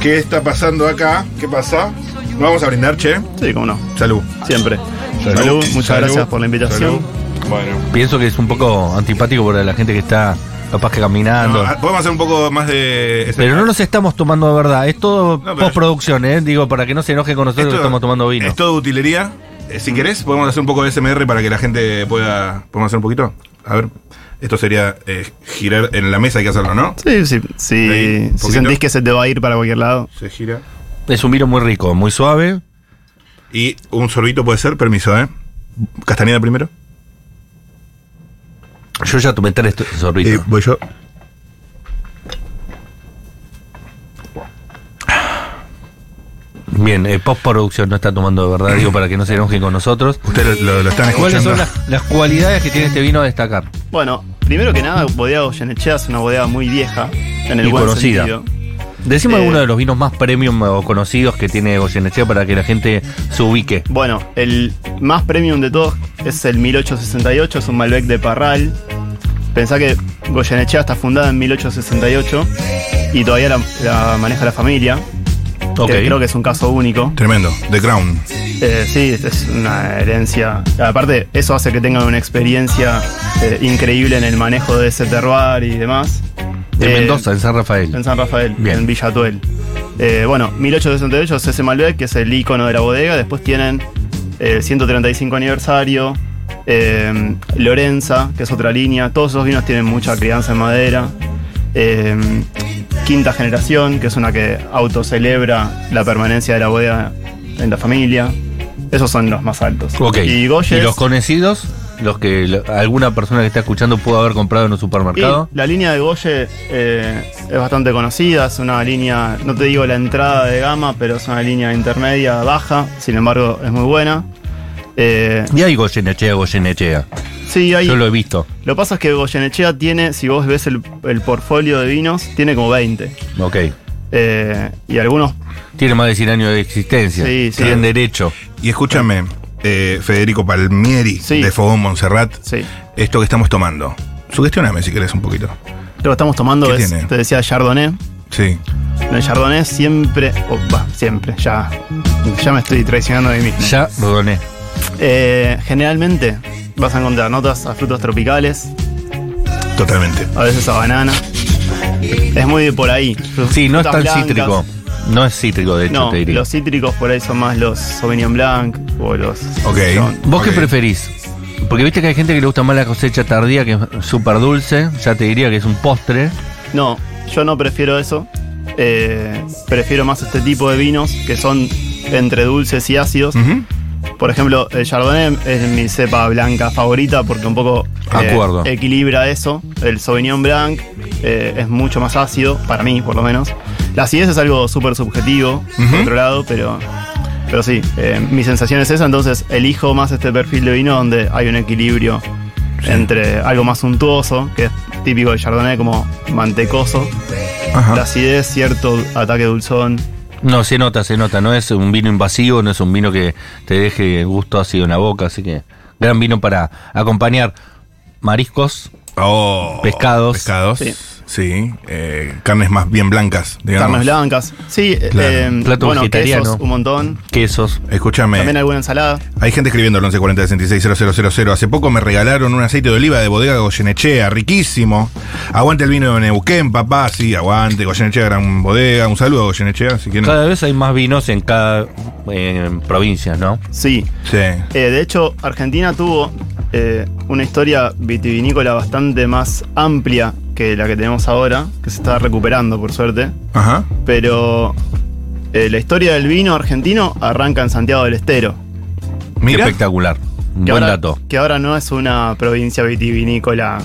L: ¿qué está pasando acá? ¿Qué pasa? ¿No vamos a brindar, che?
M: Sí, cómo no.
L: Salud.
M: Siempre. Salud, muchas gracias por la invitación.
L: Salud. Bueno.
J: Pienso que es un poco antipático por la gente que está capaz que caminando.
L: No, ah, podemos hacer un poco más de. ese-
J: pero no nos estamos tomando de verdad. Es todo
L: pero-
J: postproducción, ¿eh? Digo, para que no se enoje con nosotros que
L: Esto-
J: estamos tomando vino.
L: Es todo utilería. Eh, Si querés, podemos hacer un poco de SMR para que la gente pueda. ¿Podemos hacer un poquito? A ver. Esto sería eh, girar en la mesa, hay que hacerlo, ¿no?
M: Sí, sí. sí. si
L: poquito.
M: sentís que se te va a ir para cualquier lado.
L: Se gira.
J: Es un vino muy rico, muy suave.
L: Y un sorbito puede ser, permiso, ¿eh? Castañeda primero.
J: Yo ya tomé tres to- sorbitos.
L: Eh, voy yo.
J: Bien, eh, postproducción no está tomando de verdad, digo, para que no se enoje con nosotros.
L: Ustedes lo, lo están
J: ¿Cuáles
L: escuchando.
J: son las, las cualidades que tiene este vino a destacar?
M: Bueno, primero que nada, bodega Goyenechea es una bodega muy vieja. En el
J: Y
M: buen
J: conocida.
M: sentido.
J: Decimos
M: Eh,
J: alguno de los vinos más premium o conocidos que tiene Goyenechea para que la gente se ubique.
M: Bueno, el más premium de todos es el 1868, es un Malbec de Parral. Pensá que Goyenechea está fundada en 1868 y todavía la, la maneja la familia. que
L: Ok.
M: Eh, creo que es un caso único.
L: Tremendo. The Crown.
M: Eh, sí, es una herencia. Aparte, eso hace que tengan una experiencia eh, increíble en el manejo de ese terroir y demás.
J: De
M: Eh,
J: Mendoza, en San Rafael.
M: en San Rafael, en Villatuel. Eh, bueno, 1868 es ese Malbec, que es el icono de la bodega. Después tienen eh, el 135 aniversario, eh, Lorenza, que es otra línea. Todos esos vinos tienen mucha crianza en madera. Eh, quinta generación, que es una que autocelebra la permanencia de la bodega en la familia. Esos son los más altos.
J: Ok.
M: Y Goyes.
J: los conocidos, los que lo- alguna persona que está escuchando pudo haber comprado en un
M: Y
J: supermercado.
M: la línea de Goye eh, es bastante conocida, es una línea, no te digo la entrada de gama, pero es una línea intermedia baja, sin embargo es muy buena. Eh,
J: Y, hay Goyenechea, Goyenechea.
M: sí, hay,
J: Yo lo he
M: lo
J: visto.
M: que pasa es que Goyenechea tiene, si vos ves el, el portfolio de vinos, tiene como 20.
J: Ok.
M: Eh, y algunos,
J: Tiene más de 100 años de existencia.
M: Sí, sí.
J: Tienen derecho.
L: Y escúchame, eh, Federico Palmieri, de Fogón Montserrat, esto que estamos tomando. Sugestioname si querés un poquito.
M: lo que estamos tomando
L: ¿Qué
M: es,
L: tiene?
M: te decía, Chardonnay.
L: Sí.
M: El Chardonnay siempre, oh, va, siempre, ya, ya me estoy traicionando a mí mismo.
J: Ya Rodoné.
M: Eh, generalmente vas a encontrar notas a frutos tropicales,
L: Totalmente.
M: a veces a banana. Es muy de por ahí.
J: Sí, no es
M: Frutas
J: tan
M: blancas.
J: cítrico. No es cítrico, de hecho,
M: No,
J: te diría.
M: los cítricos por ahí son más los Sauvignon Blanc o los.
L: Ok.
J: ¿Vos
L: Ok.
J: qué preferís? Porque viste que hay gente que le gusta más la cosecha tardía, que es súper dulce. Ya te diría que es un postre.
M: No, yo no prefiero eso. Eh, prefiero más este tipo de vinos que son entre dulces y ácidos. Por ejemplo, el Chardonnay es mi cepa blanca favorita porque un poco eh,
J: Acuerdo.
M: equilibra eso. El Sauvignon Blanc eh, es mucho más ácido, para mí por lo menos. La acidez es algo súper subjetivo, por otro lado, pero, pero sí, eh, mi sensación es esa. Entonces elijo más este perfil de vino donde hay un equilibrio entre algo más suntuoso, que es típico del Chardonnay, como mantecoso.
L: Ajá.
M: La acidez, cierto ataque dulzón.
J: No, se nota, se nota. No es un vino invasivo, no es un vino que te deje gusto ácido en la boca. Así que gran vino para acompañar mariscos,
L: Oh,
J: pescados,
L: pescados.
M: Sí.
L: Sí, eh, carnes más bien blancas, digamos.
M: Carnes blancas. Sí,
L: Claro.
M: eh,
L: Plato
M: bueno,
L: vegetariano.
M: quesos, un montón.
J: Quesos.
L: Escúchame.
M: También alguna ensalada.
L: Hay gente escribiendo al 1140-660000. Hace poco me regalaron un aceite de oliva de bodega Goyenechea, riquísimo. Aguante el vino de Neuquén, papá. Sí, aguante. Goyenechea, gran bodega. Un saludo a Goyenechea, si quieren.
J: Cada vez hay más vinos en cada eh, en provincia, ¿no?
M: Sí.
L: Sí.
M: Eh, de hecho, Argentina tuvo eh, una historia vitivinícola bastante más amplia que la que tenemos ahora, que se está recuperando, por suerte.
L: Ajá.
M: Pero eh, la historia del vino argentino arranca en Santiago del Estero.
L: Mira.
J: Espectacular. Un
M: que
J: buen
M: ahora-
J: dato.
M: Que ahora no es una provincia vitivinícola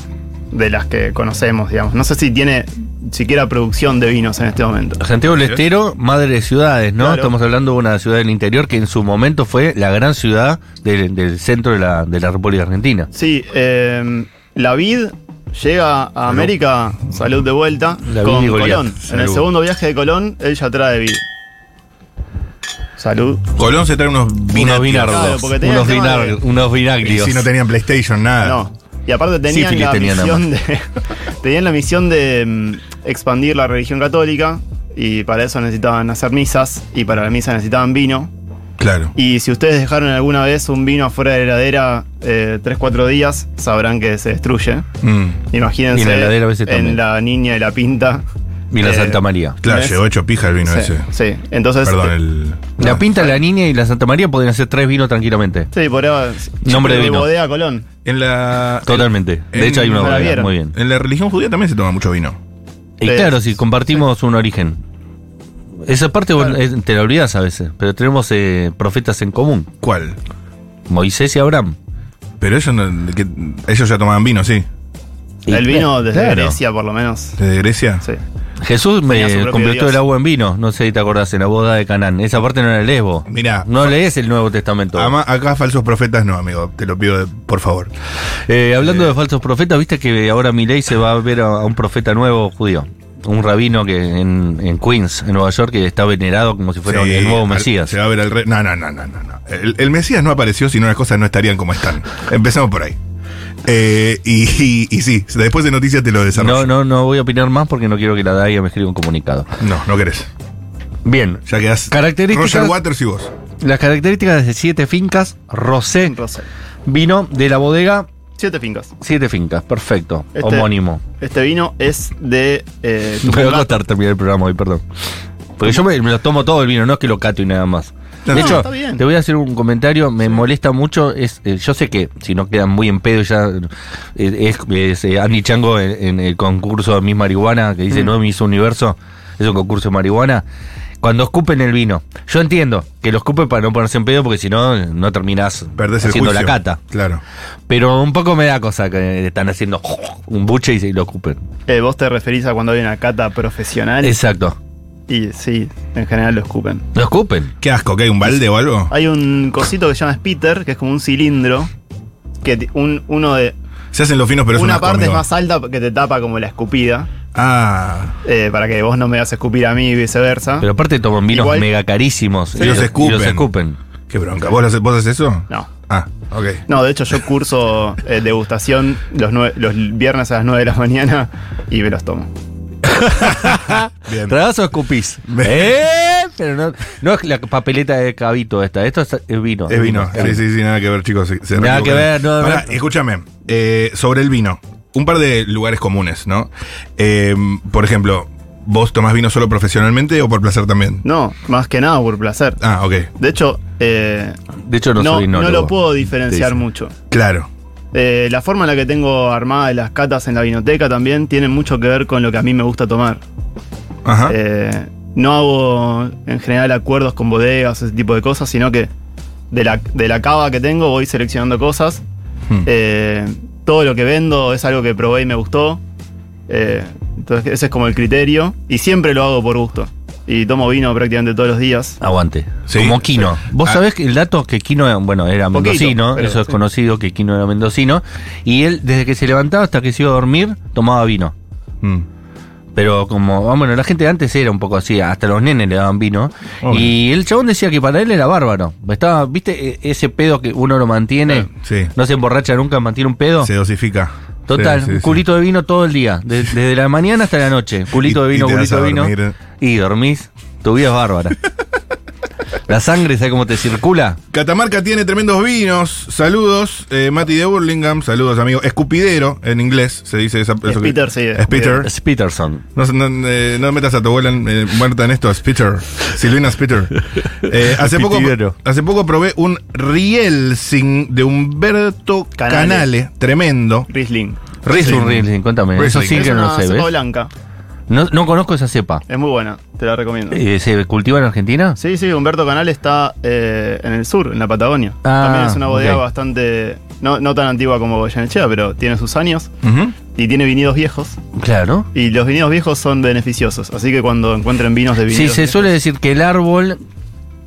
M: de las que conocemos, digamos. No sé si tiene siquiera producción de vinos en este momento.
J: Santiago del Estero, madre de ciudades, ¿no?
M: Claro.
J: Estamos hablando de una ciudad del interior que en su momento fue la gran ciudad del, del centro de la, de la República Argentina.
M: Sí, eh, la vid llega a América, salud de vuelta,
J: La vid y
M: con
J: Goliat.
M: Colón. En el
L: Salud.
M: segundo viaje de Colón, él ya trae vid. Salud.
L: Colón se trae unos
J: Unos
M: Claro,
L: vinagros.
J: vinardos.
M: porque tenía
J: unos,
M: el tema
J: vinar- unos vinagrios.
L: Y si no tenían PlayStation,
J: Ah.
L: nada.
M: No. Y aparte tenían
J: Sífilis
M: la
J: tenía nada
M: misión de. tenían la misión de mm, expandir la religión católica. Y para eso necesitaban hacer misas. Y para la misa necesitaban vino.
L: Claro.
M: Y si ustedes dejaron alguna vez un vino afuera de la heladera 3-4 días, sabrán que se destruye.
L: Mm.
M: Imagínense
J: Y la heladera a veces
M: en
J: también.
M: la niña de la pinta.
J: Y la
M: Eh,
J: Santa María.
L: Claro,
M: ¿ves?
L: llegó hecho pija el vino
M: sí,
L: ese.
M: sí. entonces.
L: Perdón,
M: eh,
L: el. Ah.
J: La Pinta, la Niña y la Santa María podían hacer tres vinos tranquilamente.
M: Sí, por ahora.
J: Nombre de vino.
M: Bodega Colón.
L: En la.
J: Totalmente. De
L: en-
J: hecho, hay una
M: la
J: bodega,
M: vieron.
J: Muy bien.
L: En la religión judía también se toma mucho vino.
J: Y
M: Eh,
J: claro, si compartimos un origen. Esa parte vos, eh, te la olvidas a veces, pero tenemos eh, profetas en común,
L: ¿Cuál?
J: Moisés y Abraham.
L: Pero ellos, no- que- ellos ya tomaban vino, sí.
M: El vino desde
J: Claro.
M: Grecia, por lo menos.
L: ¿De Grecia?
M: Sí.
J: Jesús
M: Tenía su
J: me
M: propio
J: convirtió
M: Dios.
J: el agua en vino, no sé si te acordás, en la boda de Canaán. Esa parte no la lees mira
L: Mirá,
J: No lees el Nuevo Testamento.
L: ama- acá falsos profetas no, amigo. Te lo pido, de- por favor.
J: Eh, hablando de falsos profetas, viste que ahora Milei se va a ver a, a un profeta nuevo judío. Un rabino que en, en Queens, en Nueva York, que está venerado como si fuera
L: Sí,
J: el nuevo
L: al-
J: Mesías.
L: Se va a ver al rey. No, no, no, no, no. no. El, el Mesías no apareció, sino las cosas no estarían como están. Empezamos por ahí. Eh, y, y- y sí, después de noticias te lo
J: No,
L: desarrollo.
J: no, no voy a opinar más porque no quiero que la DAIA me escriba un comunicado.
L: No, no querés.
J: Bien,
L: Ya quedás.
J: Características-
L: Roger Waters y vos.
J: las características de siete fincas, Rosé,
M: Rosé.
J: vino de la bodega,
M: Siete fincas.
J: siete fincas, perfecto,
M: Este-
J: homónimo.
M: Este vino es de eh,
J: Me va a
M: Tucumán.
J: costar terminar el programa hoy, perdón. Porque yo me, me lo tomo todo el vino, no es que lo cato y nada más. De
L: No,
J: hecho,
M: está bien.
J: te voy a hacer un comentario, me molesta mucho, es eh, yo sé que si no quedan muy en pedo ya eh, es, es, eh, Andy Chango en, en el concurso de Miss Marihuana, que dice
M: Mm.
J: no Miss Universo, es un concurso de marihuana. Cuando escupen el vino, yo entiendo que lo escupen para no ponerse en pedo porque si no, no terminás
L: Perdés el
J: haciendo
L: juicio.
J: la cata.
L: Claro.
J: Pero un poco me da cosa que están haciendo un buche y se- y lo escupen.
M: Eh, vos te referís a cuando hay una cata profesional.
J: Exacto.
M: Y sí, en general lo escupen.
J: Lo escupen.
L: Qué asco, que hay un balde o algo.
M: Hay un cosito que se llama spitter, que es como un cilindro. Que ti- un, uno de.
L: Se hacen los finos, pero es un
M: una
L: asco,
M: parte es
L: amigo.
M: más alta que te tapa como la escupida.
L: Ah,
M: eh, para que vos no me hagas escupir a mí y viceversa.
J: Pero aparte toman vinos
M: Igual-
J: mega carísimos.
L: Sí, los escupen.
J: los escupen.
L: qué bronca. ¿Vos, lo haces- vos haces eso?
M: No.
L: Ah, ok.
M: No, de hecho yo curso eh, degustación los, nue- los viernes a las 9 de la mañana y me los tomo.
L: Bien.
J: ¿Tragás o escupís? ¿Eh? Pero no, no es la papeleta de cabito esta. Esto es, es vino.
L: Es vino. Sí, sí, sí, nada que ver, chicos. se- se
J: Nada
L: reequivocaron.
J: que ver, no,
L: Pará,
J: no.
L: escúchame. eh, sobre el vino. Un par de lugares comunes, ¿no? Eh, por ejemplo, ¿vos tomás vino solo profesionalmente o por placer también?
M: No, más que nada por placer.
L: Ah, ok.
M: De hecho, eh,
J: De hecho, no,
M: no,
J: soy
M: no
J: no
M: lo puedo diferenciar mucho.
L: Claro.
M: Eh, la forma en la que tengo armada las catas en la vinoteca también tiene mucho que ver con lo que a mí me gusta tomar.
L: Ajá.
M: Eh, no hago en general acuerdos con bodegas, ese tipo de cosas, sino que de la, de la cava que tengo voy seleccionando cosas.
L: Hmm.
M: Eh, todo lo que vendo es algo que probé y me gustó. Eh, entonces ese es como el criterio. Y siempre lo hago por gusto. Y tomo vino prácticamente todos los días.
J: Aguante.
L: Sí.
J: Como Quino. Vos
L: Ah.
J: sabés que el dato que Quino, bueno, era
M: Poquito,
J: mendocino,
M: pero
J: eso es
M: sí.
J: conocido, que Quino era mendocino. Y él, desde que se levantaba hasta que se iba a dormir, tomaba vino.
L: Mm.
J: Pero como, ah, bueno, la gente antes era un poco así, hasta los nenes le daban vino.
L: Obvio.
J: Y el chabón decía que para él era bárbaro. Estaba, ¿viste? E- Ese pedo que uno lo mantiene,
L: Eh, Sí.
J: no se emborracha nunca, mantiene un pedo.
L: Se dosifica.
J: Total,
L: Sí, sí, sí.
J: culito de vino todo el día, de- desde la mañana hasta la noche. Culito
L: Y-
J: de vino,
L: y te vas
J: culito
L: a
J: de vino.
L: dormir.
J: Y dormís, tu vida es bárbara. la sangre, ¿sabes cómo te circula?
L: Catamarca tiene tremendos vinos. Saludos, eh, Mati de Burlingame. Saludos, amigo. Escupidero, en inglés se dice esa. eso que-
M: Spitter, sí, eh,
L: Spitter.
J: Es Peterson.
L: No, no, eh, no metas a tu abuela en- eh, muerta en esto, Spitter. Silvina Spitter. Eh, hace, poco,
J: Espitidero.
L: hace poco probé un Rielsing de Humberto Canale.
M: Canale.
L: Tremendo.
M: Riesling.
J: Riesling, Riesling, cuéntame.
L: Riesling.
J: Eso sí
M: es
J: que no
M: una
J: lo sé,
M: cepa
J: ¿ves?
M: blanca.
J: No, no conozco esa cepa.
M: Es muy buena, te la recomiendo.
J: Eh, ¿Se cultiva en Argentina?
M: Sí, sí, Humberto Canal está eh, en el sur, en la Patagonia.
J: Ah,
M: También es una bodega
J: ok.
M: bastante. No, no tan antigua como Goyenechea, pero tiene sus años
L: Ujú.
M: y tiene vinidos viejos.
J: Claro.
M: Y los vinos viejos son beneficiosos, así que cuando encuentren vinos de
J: Sí,
M: vinidos
J: se suele decir que el árbol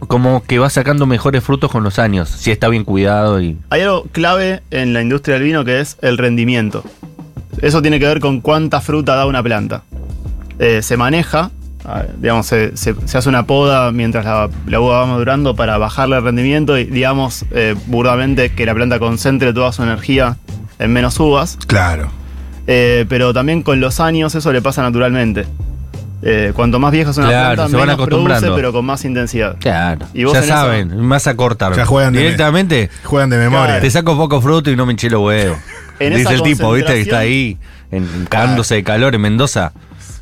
J: como que va sacando mejores frutos con los años, si está bien cuidado y...
M: Hay algo clave en la industria del vino que es el rendimiento. Eso tiene que ver con cuánta fruta da una planta. Eh, se maneja, ah, digamos, se, se- se hace una poda mientras la, la uva va madurando para bajarle el rendimiento y, digamos, eh, burdamente que la planta concentre toda su energía en menos uvas.
L: Claro.
M: Eh, pero también con los años eso le pasa naturalmente. Eh, cuanto más vieja es una planta,
J: Claro, se van
M: menos produce,
J: acostumbrando.
M: pero con más intensidad.
J: Claro,
M: Y vos
J: ya
M: en esa-
J: saben, más a cortar.
L: Ya juegan de-
J: Directamente
L: Juegan de memoria.
J: te saco poco fruto y no me hinché los huevos.
M: En
J: Dice
M: esa
J: el tipo, viste, que
M: concentración-
J: está ahí, en- cagándose de calor en Mendoza.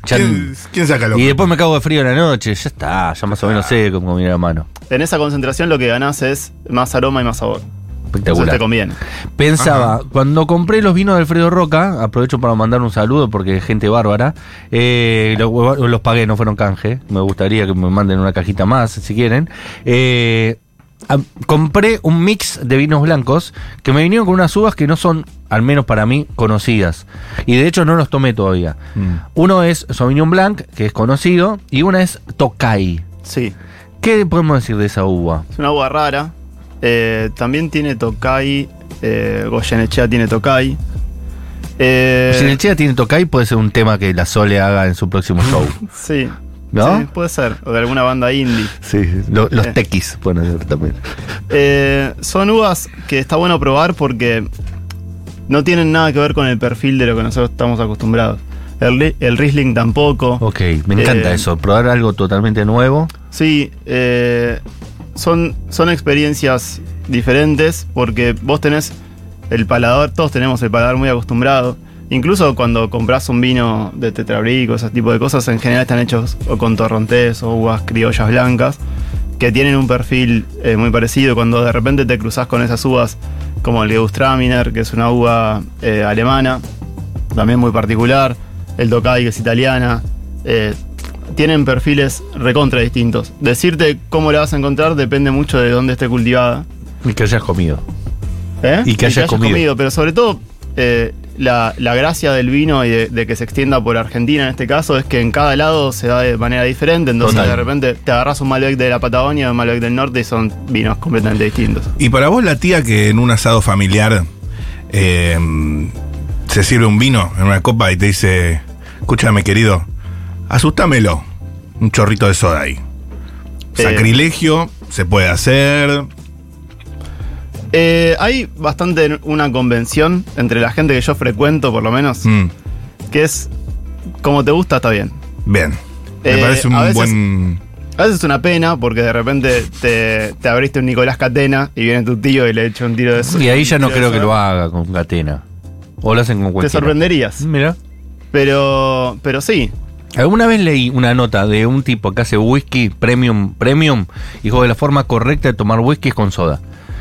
J: Ya-
L: ¿Quién, quién saca lo
J: y después me cago de frío en la noche, ya está, ya más o menos sé cómo mirar la mano.
M: En esa concentración lo que ganás es más aroma y más sabor. Entonces
J: Espectacular.
M: te conviene.
J: Pensaba, cuando compré los vinos de Alfredo Roca, aprovecho para mandar un saludo porque es gente bárbara, eh, los, hueva- los pagué, no fueron canje, me gustaría que me manden una cajita más si quieren. Eh, am- compré un mix de vinos blancos que me vinieron con unas uvas que no son, al menos para mí, conocidas. Y de hecho no los tomé todavía. Uno es Sauvignon Blanc, que es conocido, y una es Tokai.
M: Sí.
J: ¿Qué podemos decir de esa uva?
M: Es una uva rara. Eh, también tiene Tokai. Eh, Goyenechea tiene Tokai. Eh,
J: si el Chea tiene Tokai, puede ser un tema que la Sole haga en su próximo show.
M: Sí.
J: ¿No?
M: Sí, puede ser. O de alguna banda indie.
J: Sí, lo- los
M: Eh.
J: tequis pueden hacer también.
M: Eh, son uvas que está bueno probar porque no tienen nada que ver con el perfil de lo que nosotros estamos acostumbrados. El, ri- el Riesling tampoco.
J: Ok, me encanta
M: Eh,
J: eso, probar algo totalmente nuevo.
M: Sí, eh, son, son experiencias diferentes porque vos tenés el paladar, todos tenemos el paladar muy acostumbrado. Incluso cuando compras un vino de tetrabrico, ese tipo de cosas, en general están hechos o con torrontés o uvas criollas blancas, que tienen un perfil eh, muy parecido. Cuando de repente te cruzas con esas uvas, como el Gewürztraminer, que es una uva eh, alemana, también muy particular, el Tokai, que es italiana, eh, tienen perfiles recontra distintos. Decirte cómo la vas a encontrar depende mucho de dónde esté cultivada.
J: Y que hayas comido.
M: ¿Eh?
J: Y que hayas comido.
M: Pero sobre todo, eh, la, la gracia del vino y de, de que se extienda por Argentina en este caso es que en cada lado se da de manera diferente. Entonces,
J: Total.
M: de repente te agarras un Malbec de la Patagonia, un Malbec del Norte y son vinos completamente distintos.
L: Y para vos, la tía que en un asado familiar eh, se sirve un vino en una copa y te dice: Escúchame, querido, asustámelo. Un chorrito de soda ahí.
M: Eh.
L: Sacrilegio, se puede hacer.
M: Eh, hay bastante una convención entre la gente que yo frecuento, por lo menos,
L: Mm,
M: que es como te gusta, está bien.
L: bien. Me
M: Eh,
L: parece
M: a
L: un
M: veces-
L: buen.
M: A veces es una pena porque de repente te, te abriste un Nicolás Catena y viene tu tío y le echa un tiro de
J: Y ahí ya no
M: un tiro
J: creo
M: de
J: que
M: soda.
J: lo haga con Catena. O lo hacen con
M: Te
J: cualquiera. Mm.
M: sorprenderías.
J: Mira.
M: Pero, pero sí.
J: Alguna vez leí una nota de un tipo que hace whisky premium, premium, y dijo que la forma correcta de tomar whisky es con soda.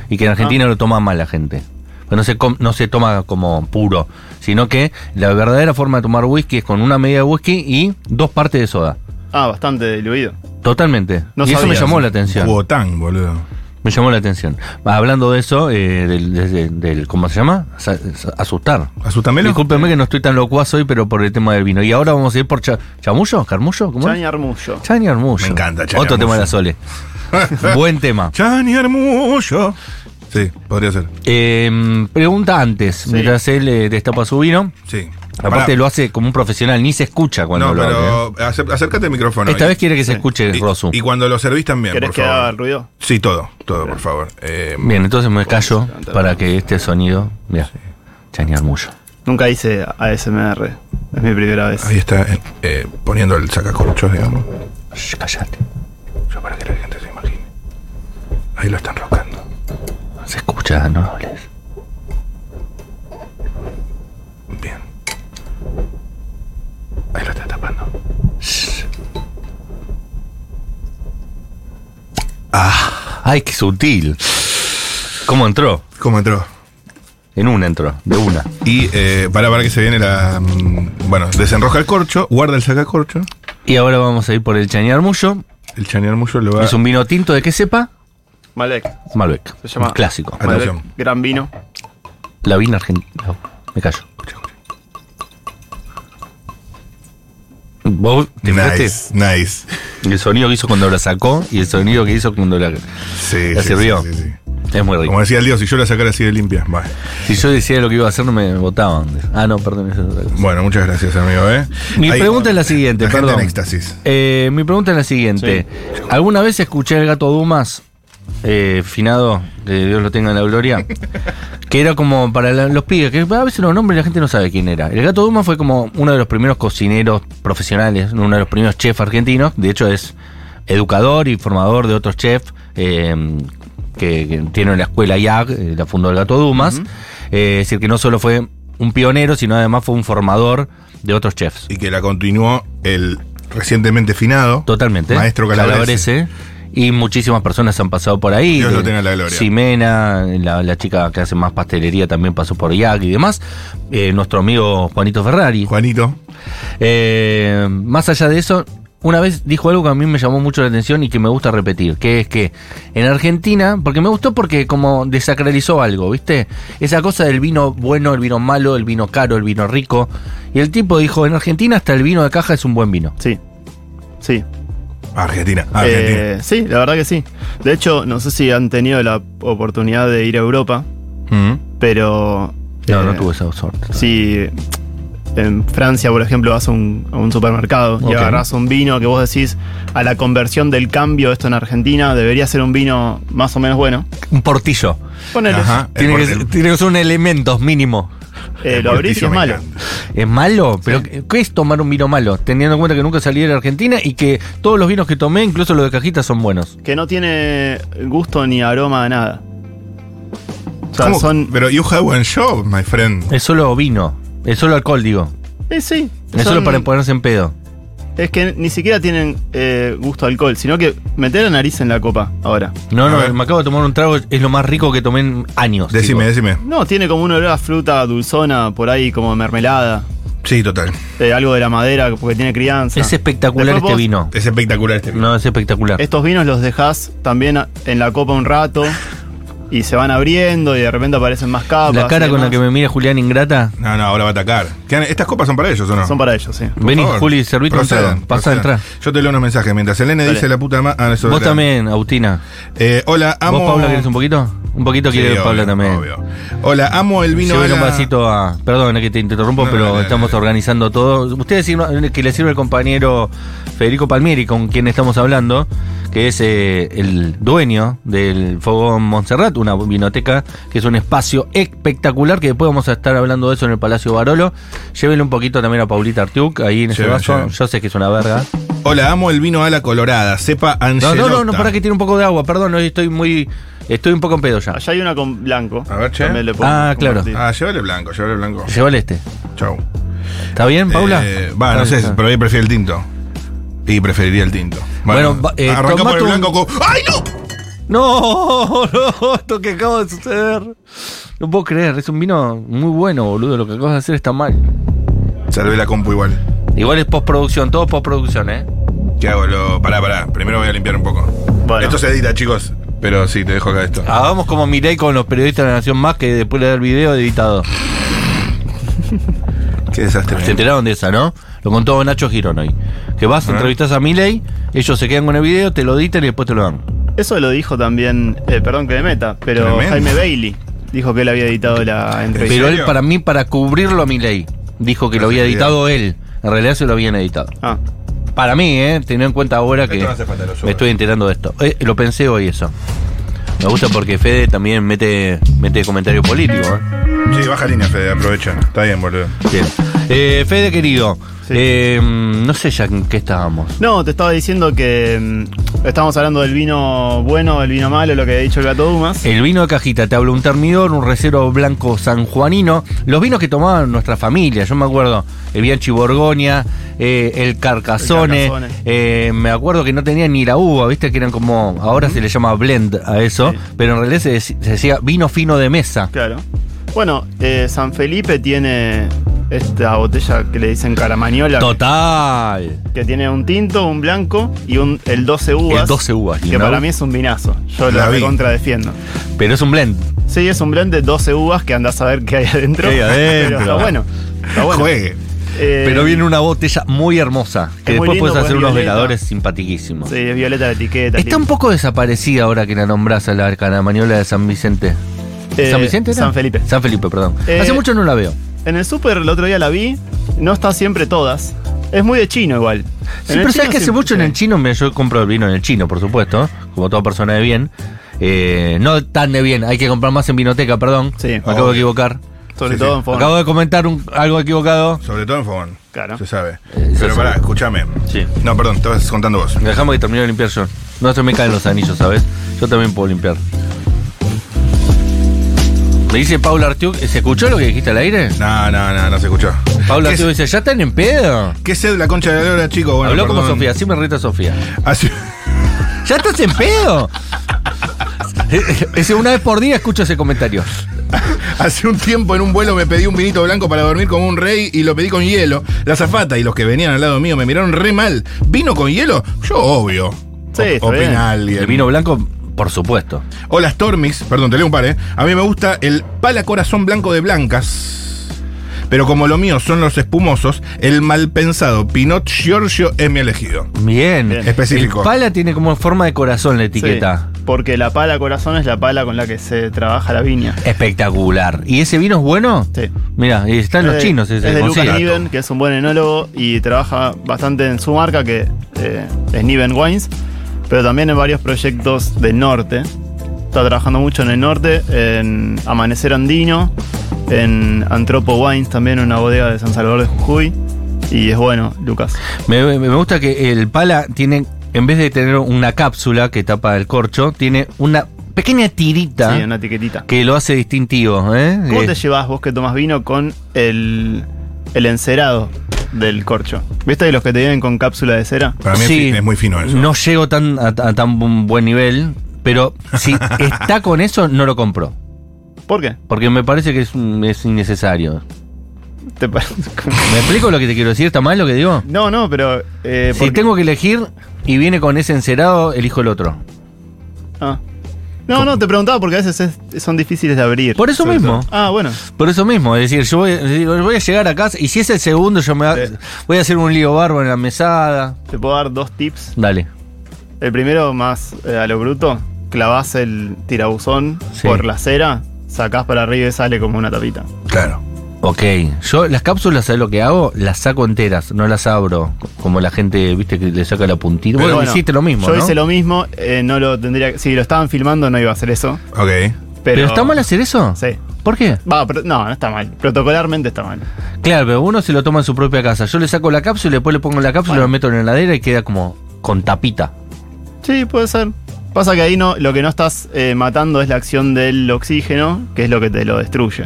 J: Y que en
M: Ah.
J: Argentina lo toma mal la gente. Que No se, com- no se toma como puro, sino que la verdadera forma de tomar whisky es con una medida de whisky y dos partes de soda.
M: Ah, bastante diluido.
J: Totalmente.
M: No
J: y eso me
M: sabía
J: llamó
M: eso.
J: la atención.
L: Cuotán, boludo.
J: Me llamó la atención. Hablando de eso, eh, del, desde- del- ¿cómo se llama? Sa- sa- Asustar.
L: Asustámelo.
J: Discúlpeme que no estoy tan locuaz hoy, pero por el tema del vino. Y ahora vamos a ir por cha- ¿Chamullo? ¿Carmullo? ¿Cómo
M: Chani
J: es?
M: Armullo.
J: Chani Armullo.
L: Me encanta Chani
J: Otro tema
L: Armullo.
J: de la Sole. Buen tema.
L: Chani Hermoso. Sí, podría ser.
J: Eh, pregunta antes, mientras él eh, destapa su vino.
L: Sí.
J: Aparte
L: Pará.
J: lo hace como un profesional, ni se escucha cuando
L: No,
J: lo abre, ¿eh?
L: pero acer- acércate al micrófono.
J: Esta
L: Y-
J: vez quiere que se
M: Sí.
J: escuche,
L: y,
J: Rosu.
L: y cuando lo servís también,
M: ¿Querés
L: por
M: que
L: favor.
M: haga el ruido?
L: Sí, todo, todo, por favor. Eh,
J: Bien, entonces me callo para que este sonido. Mira, Chani Armullo.
M: Nunca hice ASMR. Es mi primera vez.
L: Ahí está eh, eh, poniendo el sacacorchos, digamos.
M: Shh, callate.
L: Yo para que la gente se imagine. Ahí lo están rocando.
J: Se escucha, no hables.
L: Bien. Ahí lo está tapando.
J: Ah, ay, qué sutil. ¿Cómo entró?
L: ¿Cómo entró?
J: En una entró, de una.
L: Y eh, para, para que se viene la. mm, Bueno, desenroja el corcho, guarda el sacacorcho.
J: Y ahora vamos a ir por el chañarmullo.
L: El chañarmullo lo va.
J: Es un vino tinto de que sepa,
M: Malek.
J: Malbec.
M: Se llama.
J: Un clásico.
M: Malbec,
L: Atención.
M: gran vino.
J: La vina argentina. me callo. ¿Vos te
L: Nice,
J: fijaste?
L: nice.
J: El sonido que hizo cuando la sacó y el sonido que hizo cuando la,
L: Sí,
J: la
L: sí,
J: sirvió.
L: sí, sí, sí.
J: Es muy rico.
L: Como decía el Dios, si yo la sacara así de limpia. Vale.
J: Si yo decía lo que iba a hacer, no me votaban. Ah, no, perdón. eso es otra cosa.
L: Bueno, muchas gracias, amigo. ¿eh?
J: Mi
L: Ahí-
J: pregunta es la siguiente,
L: la gente
J: perdón.
L: en éxtasis.
J: Eh, mi pregunta es la siguiente. ¿Alguna vez escuché al gato Dumas, eh, finado, que Dios lo tenga en la gloria, que era como para la- los pibes, que a veces los nombres la gente no sabe quién era? El gato Dumas fue como uno de los primeros cocineros profesionales, uno de los primeros chefs argentinos, de hecho es educador y formador de otros chefs. eh, que, que tiene la escuela IAG, eh, la fundó el Gato Dumas. Eh, es decir, que no solo fue un pionero, sino además fue un formador de otros chefs.
L: Y que la continuó el recientemente finado.
J: Totalmente. eh.
L: Maestro Calabrese.
J: Y muchísimas personas han pasado por ahí.
L: Dios lo
J: De-
L: tenga en la gloria.
J: Ximena, la, la chica que hace más pastelería también pasó por IAC y demás. Eh, nuestro amigo Juanito Ferrari.
L: Juanito.
J: Eh, más allá de eso, una vez dijo algo que a mí me llamó mucho la atención y que me gusta repetir, que es que en Argentina, porque me gustó porque como desacralizó algo, ¿viste? Esa cosa del vino bueno, el vino malo, el vino caro, el vino rico. Y el tipo dijo, en Argentina hasta el vino de caja es un buen vino.
M: Sí. Sí.
L: Argentina,
J: Ah,
L: Argentina.
M: Eh, sí, la verdad que sí. De hecho, no sé si han tenido la oportunidad de ir a Europa,
L: Mm.
M: pero.
J: No, no
M: eh,
J: tuve esa suerte.
M: Si en Francia, por ejemplo, vas a un, a un supermercado
J: Ok.
M: y agarras un vino que vos decís a la conversión del cambio, esto en Argentina debería ser un vino más o menos bueno.
J: Un portillo.
M: Ponele.
L: Ajá.
J: Tiene
L: El
J: que,
L: por-
J: ser-
L: el-
J: tiene que ser un elemento mínimo.
M: Eh, lo abrís y
L: portillo
M: es
L: me
M: malo.
L: encanta.
J: ¿Es malo? ¿Pero qué- qué es tomar un vino malo? Teniendo en cuenta que nunca salí de la Argentina y que todos los vinos que tomé, incluso los de cajita, son buenos.
M: Que no tiene gusto ni aroma a nada. O sea,
L: ¿Cómo?
M: son.
L: Pero you have one show, my friend.
J: Es solo vino. Es solo alcohol, digo.
M: eh, sí.
J: Es
M: son-
J: solo para ponerse en pedo.
M: Es que ni siquiera tienen eh, gusto a alcohol, sino que meter la nariz en la copa ahora.
J: No,
L: A
J: no,
L: ver.
J: me acabo de tomar un trago, es lo más rico que tomé en años.
L: Decime,
J: digo.
L: decime.
M: No, tiene como un olor a fruta dulzona, por ahí como mermelada,
L: Sí, total.
M: eh, algo de la madera porque tiene crianza.
J: Es espectacular
M: Después
J: este
M: vos-
J: vino.
L: Es espectacular este video.
J: No, es espectacular.
M: Estos vinos los dejas también a- en la copa un rato y se van abriendo y de repente aparecen más capas.
J: la cara
M: y
J: con la que
M: demás.
J: me mira Julián Ingrata.
L: No, no, ahora va a atacar. ¿Qué han- ¿Estas copas son para ellos o no?
M: Son para ellos, sí.
L: Por
J: Vení,
L: favor,
J: Juli, servite un
L: procedan,
J: trago. Pasa a
L: procedan.
J: entrar.
L: Yo te leo unos mensajes mientras Elene
M: Dale.
L: dice la puta madre. Ah, no, eso
J: Vos
L: era-
J: también, Agustina.
L: Eh, hola, amo.
J: ¿Vos, Paula, querés un poquito? Un poquito
L: Sí,
J: quiere
L: obvio,
J: Paula también.
L: obvio. Hola, amo el vino.
J: Llévele un
L: a la-
J: vasito a. Perdón, es que te interrumpo,
L: No,
J: pero
L: dale, dale,
J: estamos
L: dale.
J: organizando todo. Ustedes decían que le sirve el compañero Federico Palmieri, con quien estamos hablando, que es eh, el dueño del Fogón Montserrat, una vinoteca, que es un espacio espectacular, que después vamos a estar hablando de eso en el Palacio Barolo. Llévenle un poquito también a Paulita Artiuk, ahí en ese
L: Lleven,
J: vaso.
L: lleven.
J: Yo sé que es una verga.
L: Hola, amo el vino a la colorada. Sepa
J: No,
L: Angelotta.
J: no, no, no, para que tiene un poco de agua, perdón, hoy estoy muy. Estoy un poco en pedo ya.
M: Allá hay una con blanco.
L: A ver, che.
M: También le puedo
J: Ah, claro.
M: compartir.
L: Ah, llévale blanco, llévale blanco.
J: Llévale este.
L: Chau.
J: ¿Está bien, Paula?
L: Eh, Va, no
J: Ahí
L: sé,
J: está.
L: pero ahí prefiero el tinto. Y preferiría el tinto.
J: Bueno, va- eh,
L: arrancá por
J: tomate
L: el
J: un-
L: blanco con. ¡Ay, no!
J: No, no, esto que acaba de suceder. No puedo creer, es un vino muy bueno, boludo. Lo que acabas de hacer está mal.
L: Salvé la compu igual.
J: Igual es postproducción, todo postproducción, ¿eh?
L: ¿Qué hago? Lo... Pará, pará. Primero voy a limpiar un poco.
M: Bueno.
L: Esto se edita, chicos. Pero sí, te dejo acá esto.
J: Hagamos como Mirai con los periodistas de la Nación Más que después le da el video editado.
L: Qué desastre.
J: Se enteraron de esa, ¿no? Lo contó Nacho Girón hoy. Que vas,
L: Ah.
J: entrevistas a Milei, ellos se quedan con el video, te lo editan y después te lo dan.
M: Eso lo dijo también, eh, perdón que de meta, pero
L: Tremendo.
M: Jaime Bailey dijo que él había editado la entrevista.
J: Pero él,
L: serio?
J: para mí, para cubrirlo a Milei, dijo que
L: No
J: lo había
L: sabía.
J: editado él. En realidad se lo habían editado.
M: Ah,
J: Para mí, ¿eh? Teniendo en cuenta ahora que
L: Esto no hace falta, lo subo.
J: me estoy enterando de esto. Eh, lo pensé hoy eso. Me gusta porque Fede también mete, mete comentario político. ¿eh?
L: Sí, baja línea, Fede, aprovecha. Está bien, boludo.
J: Bien. Eh, Fede querido, eh, no sé ya en qué estábamos.
M: No, te estaba diciendo que mm, estábamos hablando del vino bueno, el vino malo, lo que ha dicho el gato Dumas.
J: El vino de cajita, te hablo un termidor, un recero blanco sanjuanino, los vinos que tomaban nuestra familia, yo me acuerdo, el Bianchi Borgoña, eh, el Carcassone,
M: El Carcassone.
J: eh, me acuerdo que no tenía ni la uva, viste que eran como, ahora se le llama blend a eso, pero en realidad se, dec- se decía vino fino de mesa.
M: Claro. Bueno, eh, San Felipe tiene esta botella que le dicen caramañola.
J: Total.
M: Que tiene un tinto, un blanco y un, el 12 uvas.
J: El 12 uvas,
M: Que
J: ¿no?
M: para mí es un vinazo. Yo
J: La
M: lo
J: vi.
M: recontra defiendo.
J: Pero es un blend.
M: Sí, es un blend de 12 uvas que andás a ver qué hay adentro.
J: ¿Qué hay adentro?
M: Pero está bueno.
J: Ah,
M: Está bueno.
J: Juegue.
M: Eh,
J: Pero viene una botella muy hermosa, que
M: es muy
J: después
M: lindo,
J: puedes
M: pues,
J: hacer unos
M: violeta.
J: veladores simpatiquísimos.
M: Sí, es violeta de etiqueta.
J: Está un poco desaparecida ahora que la nombras a la caramañola de San Vicente.
M: Eh,
J: ¿San Vicente era?
M: San Felipe.
J: San Felipe, perdón.
M: Eh,
J: Hace mucho no la veo.
M: En el súper el otro día la vi. No está siempre todas. Es muy de chino igual.
J: Sí, pero sabes que hace mucho en el chino, me- yo compro el vino en el chino, por supuesto, ¿eh? como toda persona de bien. Eh, no tan de bien, hay que comprar más en vinoteca, perdón. me acabo
L: obvio.
J: de equivocar.
M: Sobre
L: Sí,
M: todo
L: sí.
M: en Fogón.
J: Acabo de comentar un- algo equivocado.
L: Sobre todo en Fogón.
M: Claro.
L: Se sabe.
J: Eh, se
L: Pero
J: sabe.
L: pará, escúchame.
J: Sí.
L: No, perdón, estabas contando vos.
J: Dejamos que termine de limpiar yo. No se me caen los anillos, ¿sabes? Yo también puedo limpiar. Me dice Paula Artiuk, ¿se escuchó lo que dijiste al aire?
L: No, no, no, no se escuchó.
J: Paula
L: ¿Qué
J: Artiuk dice, ¿ya están en pedo?
L: ¿Qué sed la concha de la lora, chico? Bueno,
J: Habló como
L: perdón. Ah,
J: Sofía, así me reta Sofía.
L: Así-
J: ¿Ya estás en pedo? Ese una vez por día escucho ese comentario.
L: Hace un tiempo en un vuelo me pedí un vinito blanco para dormir como un rey y lo pedí con hielo. La zafata y los que venían al lado mío me miraron re mal. ¿Vino con hielo? Yo, obvio.
M: Sí, está
L: O-
M: bien.
L: opina alguien.
J: El vino blanco, por supuesto.
L: Hola, Stormis. Perdón, te leo un par, ¿eh? A mí me gusta el pala corazón blanco de blancas. Pero como lo mío son los espumosos, el mal pensado Pinot Giorgio es mi elegido.
J: Bien.
L: Específico.
J: El pala tiene como forma de corazón la etiqueta.
M: Porque la pala corazón es la pala con la que se trabaja la viña.
J: Espectacular. ¿Y ese vino es bueno?
M: Sí.
J: Mira, están los
M: Es de-
J: chinos. Ese
M: Eh, es de
J: consigue.
M: Lucas Niven, que es un buen enólogo y trabaja bastante en su marca, que eh, es Niven Wines, pero también en varios proyectos del norte. Está trabajando mucho en el norte, en Amanecer Andino, en Antropo Wines, también una bodega de San Salvador de Jujuy. Y es bueno, Lucas.
J: Me, me gusta que el pala tiene, en vez de tener una cápsula que tapa el corcho, tiene una pequeña tirita
M: Sí, una etiquetita.
J: que lo hace distintivo. ¿eh?
M: ¿Cómo
J: Eh,
M: te llevas vos que tomas vino con el, el encerado del corcho? ¿Viste los que te vienen con cápsula de cera?
L: Para mí es
J: Sí.
L: fi- es muy fino eso.
J: No llego tan, a, a tan bu- buen nivel, pero si está con eso, no lo compro.
M: ¿Por qué?
J: Porque me parece que es, un- es innecesario.
M: Te pa-
J: ¿Me explico lo que te quiero decir? ¿Está mal lo que digo?
M: no, no, pero... eh,
J: si
M: porque-
J: tengo que elegir y viene con ese encerado, elijo el otro.
M: Ah. No, no, te preguntaba porque a veces es- son difíciles de abrir.
J: Por eso
M: Sobre
J: mismo.
M: todo. Ah, bueno.
J: Por eso mismo, es decir, yo voy, digo, voy a llegar a casa y si es el segundo, yo me va- voy a hacer un lío barbo en la mesada.
M: Te puedo dar dos tips.
J: Dale.
M: El primero, más eh, a lo bruto, clavás el tirabuzón
J: Sí.
M: por la cera, sacás para arriba y sale como una tapita.
L: Claro.
J: Ok, yo las cápsulas, ¿sabes lo que hago? Las saco enteras, no las abro, como la gente, viste, que le saca la puntita.
M: Pero
J: Bueno,
M: bueno,
J: hiciste lo mismo,
M: Yo
J: ¿no?
M: hice lo mismo, eh, no lo tendría que- Si lo estaban filmando, no iba a hacer eso.
L: Ok.
M: Pero,
J: pero... está mal hacer eso?
M: Sí.
J: ¿Por qué?
M: Va, pero- no, no está mal. Protocolarmente está mal.
J: Claro, pero uno se lo toma en su propia casa. Yo le saco la cápsula y después le pongo la cápsula, lo meto en la heladera y queda como con tapita.
M: Sí, puede ser. Pasa que ahí no, lo que no estás eh, matando es la acción del oxígeno, que es lo que te lo destruye.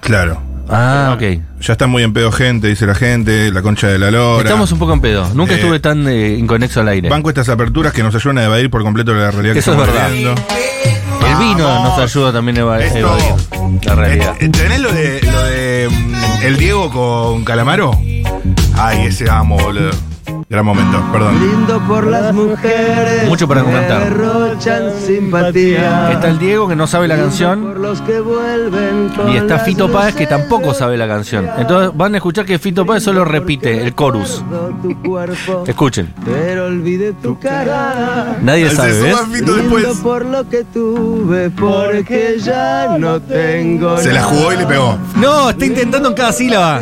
L: Claro.
J: Ah, ok.
L: Ya está muy en pedo gente, dice la gente, la concha de la lora.
J: Estamos un poco en pedo. Nunca
L: Eh,
J: estuve tan eh, inconexo al aire.
L: Banco estas aperturas que nos ayudan a evadir por completo la realidad que
J: Eso es
L: estamos
J: verdad.
L: viviendo.
J: El vino nos ayuda también a eva-
L: Ah, Esto-
J: evadir la realidad.
L: Eh, ¿Tenés lo de, lo de mm, el Diego con Calamaro? Ay, ese amo, boludo. Gran momento, perdón.
N: Lindo por las mujeres.
J: Mucho para comentar.
N: Derrochan simpatía.
J: Está el Diego que no sabe la canción
N: Por los que vuelven. con
J: y está
N: las
J: Fito Páez que tampoco sabe la canción. Entonces van a escuchar que Fito Páez solo repite el chorus.
N: luz, tu cuerpo.
J: Escuchen.
N: Pero olvidé tu cara.
J: Nadie sabe, ¿eh? ¿ves?
N: Brindo por lo que tuve, porque ya no tengo.
L: Se la jugó y le pegó.
J: No, está intentando en cada sílaba.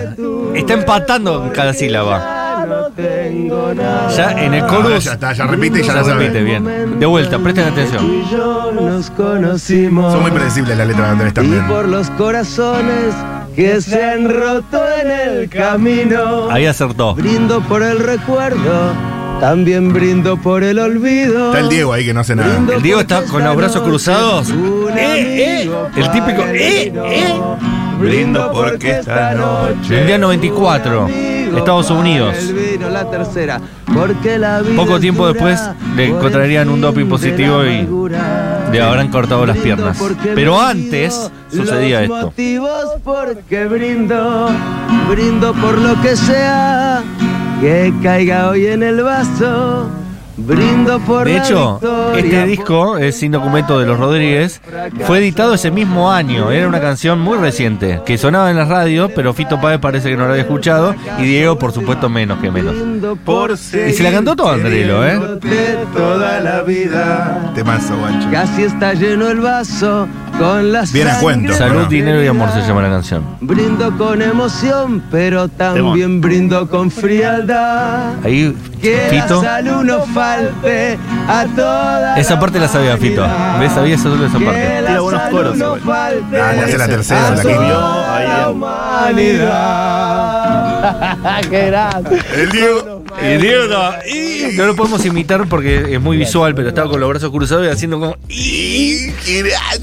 J: Está empatando en cada sílaba.
N: ya no tengo nada.
J: Ya en el coro.
L: Ah, ya está, ya repite y ya la sabe.
J: repite bien. De vuelta, presten atención.
N: Yo nos conocimos.
L: Son muy predecibles las letras de Andrés también.
N: por los corazones que se han roto en el camino.
J: Ahí acertó.
N: Brindo por el recuerdo, también brindo por el olvido.
L: Está el Diego ahí que no hace nada.
J: El Diego está con los brazos cruzados. Eh, eh. El típico. Eh, eh.
L: Brindo porque esta noche.
J: Mundial 94. Estados Unidos.
N: El vino, la tercera. Porque la vida
J: Poco
N: es
J: tiempo
N: dura,
J: después le encontrarían un doping positivo y le habrán cortado las piernas. Pero antes
N: los
J: sucedía esto.
N: motivos porque brindo, brindo por lo que sea que caiga hoy en el vaso. Brindo por
J: De
N: la
J: hecho,
N: victoria,
J: este disco, es Sin Documento de los Rodríguez, fue editado ese mismo año. Era una canción muy reciente, que sonaba en las radios, pero Fito Páez parece que no la había escuchado, y Diego, por supuesto, menos que menos.
N: brindo por
J: Y se la cantó todo Andrelo, ¿eh?
N: queriéndote toda la vida.
L: Temazo, guacho.
N: Casi está lleno el vaso con las
L: Bien a cuento.
J: Salud,
L: Bueno.
J: dinero y amor se llama la canción.
N: Brindo con emoción, pero también brindo con frialdad.
J: Ahí,
N: Que
J: Fito.
N: la salud no falte a toda
J: Esa parte la sabía Fito. ¿Ves? Sabía solo esa parte.
M: Tira buenos coros
N: no
M: igual.
N: falte
L: Ah, le hace la tercera,
N: a
L: la quinta.
M: Vio ahí
N: toda la
M: en-
N: humanidad. ¡Qué grande!
L: El Diego.
J: Y Diego estaba, "Y". no lo podemos imitar porque es muy visual, pero estaba con los brazos cruzados y haciendo como. "Y".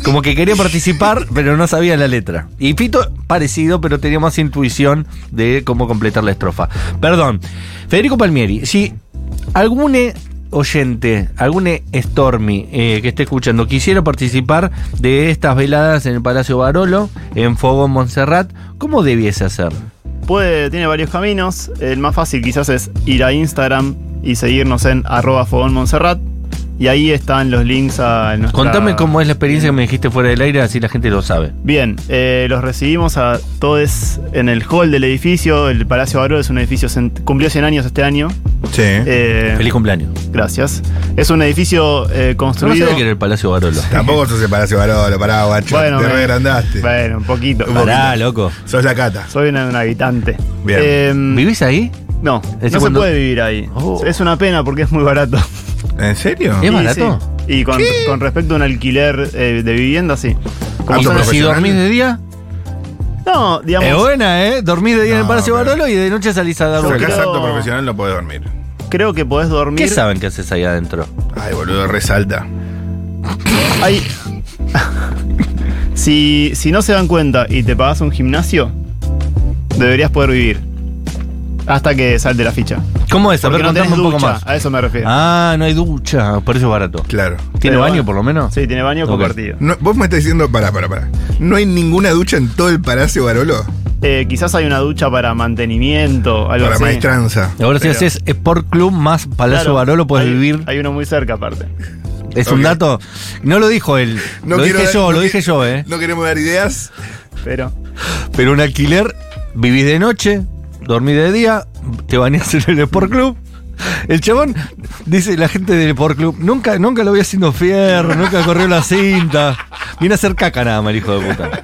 J: Como que quería participar, pero no sabía la letra. Y Fito, parecido, pero tenía más intuición de cómo completar la estrofa. Perdón. Federico Palmieri, si algún eh, oyente, algún eh, Stormy eh, que esté escuchando quisiera participar de estas veladas en el Palacio Barolo, en Fogón Montserrat, ¿cómo debiese hacer?
M: Puede, tiene varios caminos. El más fácil quizás es ir a Instagram y seguirnos en arroba fogón Montserrat. Y ahí están los links a nuestra...
J: Contame cómo es la experiencia que me dijiste fuera del aire, así la gente lo sabe.
M: Bien, eh, los recibimos a todos en el hall del edificio. El Palacio Barolo es un edificio, cent- cumplió 100 años este año.
L: Sí.
M: Eh,
J: Feliz cumpleaños.
M: Gracias. Es un edificio eh,
J: Yo no
M: construido...
J: sabía que era el Palacio Barolo.
L: Tampoco sos el Palacio Barolo, pará, guacho.
M: Bueno,
L: Te
M: me-
L: regrandaste.
M: Bueno, un poquito.
L: Un poquito.
J: Pará, loco.
L: Sos la cata.
M: Soy un, un habitante.
L: Bien.
M: Eh,
J: ¿Vivís ahí?
M: no,
J: decir,
M: no se
J: cuando-
M: puede vivir ahí.
J: Oh.
M: Es una pena porque es muy barato.
L: ¿En serio?
J: ¿Es
M: Y
J: barato?
M: sí. Y con, con respecto a un alquiler eh, de vivienda, sí. Como
L: Alto
M: son-
J: Pero si
L: profesional.
J: dormís de día,
M: no, digamos,
J: es buena, ¿eh? Dormís de día en el
L: No,
J: Palacio
L: pero-
J: Barolo y de noche salís a dar
L: Porque
J: vueltas.
L: es
M: creo-
L: acto profesional no podés dormir.
M: creo que podés dormir.
J: ¿Qué saben que haces ahí adentro?
L: Ay, boludo, resalta.
M: Hay- si, si no se dan cuenta y te pagas un gimnasio, deberías poder vivir. Hasta que salte la ficha.
J: ¿Cómo es? A
M: Porque
J: ver,
M: no
J: contame
M: tenés
J: un poco
M: ducha,
J: más.
L: eh,
M: A eso me refiero.
J: Ah, no hay ducha, por eso es barato.
L: Claro.
J: ¿Tiene
M: Pero
J: baño
M: bueno.
J: por lo menos?
M: Sí, tiene baño
J: Ok.
M: compartido.
L: No, vos me estás diciendo, pará, pará, pará. ¿No hay ninguna ducha en todo el Palacio Barolo?
M: Eh, quizás hay una ducha para mantenimiento, algo
L: Para
M: así.
L: maestranza.
J: Ahora si
M: Pero-
J: haces Sport Club más Palacio
M: Claro,
J: Barolo, puedes
M: hay-
J: vivir.
M: Hay uno muy cerca aparte.
J: es un
L: ok.
J: dato. No lo dijo él.
L: No
J: lo
L: quiero
J: dije
L: dar-
J: yo,
L: no
J: lo
L: qui-
J: dije yo, ¿eh?
L: No queremos dar ideas.
M: Pero.
J: Pero un alquiler, vivís de noche, dormís de día, te bañás en el Sport Club. El chabón, dice la gente del Sport Club, nunca, nunca lo vi haciendo fierro, nunca corrió la cinta. Viene a hacer caca nada más, el hijo de puta.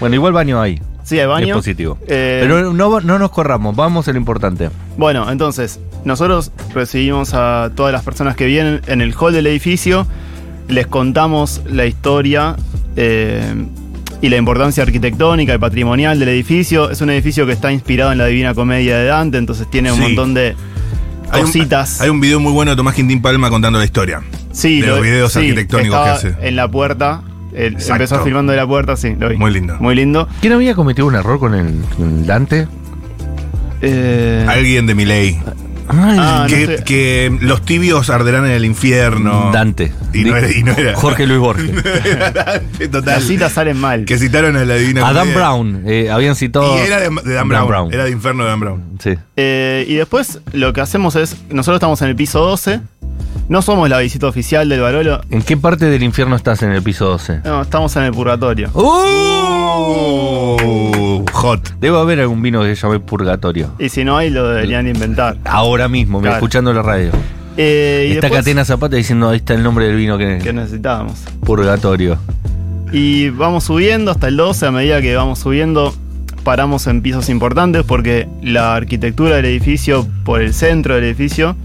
J: Bueno, igual baño ahí.
M: Sí, hay baño.
J: Es positivo.
M: Eh,
J: Pero no, no nos corramos, vamos a lo importante.
M: Bueno, entonces, nosotros recibimos a todas las personas que vienen en el hall del edificio, les contamos la historia eh, y la importancia arquitectónica y patrimonial del edificio. Es un edificio que está inspirado en la Divina Comedia de Dante, entonces tiene un
L: Sí.
M: montón de
L: Hay un-
M: cositas.
L: Hay un video muy bueno de Tomás Quintín Palma contando la historia.
M: sí,
L: de los videos arquitectónicos que
M: estaba
L: hace.
M: En la puerta, él
L: Exacto.
M: empezó filmando de la puerta, sí, lo vi.
L: Muy lindo.
M: Muy lindo.
J: ¿Quién había cometido un error con el, con el Dante?
M: Eh,
L: Alguien de Miley.
M: ah, no
L: que,
M: sé.
L: que los tibios arderán en el infierno.
J: Dante.
L: Y no era- y no era.
J: Mm, Jorge Luis Borges.
L: Dante, Total.
M: Las citas salen mal.
L: Que citaron a la divina.
J: A Dan
L: Comedia.
J: Brown. eh, habían citado.
L: Y era de, de Dan, Brown. Era de Inferno de Dan Brown.
J: Sí.
M: Eh, y después lo que hacemos es, nosotros estamos en el piso 12, no somos la visita oficial del Barolo,
J: ¿En qué parte del infierno estás en el piso 12?
M: no, estamos en el purgatorio.
L: Uh, hot.
J: Debo haber algún vino que se llame Purgatorio.
M: Y si no hay, lo deberían inventar.
J: Ahora mismo, me
M: Claro.
J: escuchando la radio.
M: Eh, y
J: Está
M: después,
J: Catena Zapata diciendo, ahí está el nombre del vino que
M: que necesitábamos.
J: Purgatorio.
M: Y vamos subiendo hasta el 12, a medida que vamos subiendo paramos en pisos importantes porque la arquitectura del edificio, por el centro del edificio,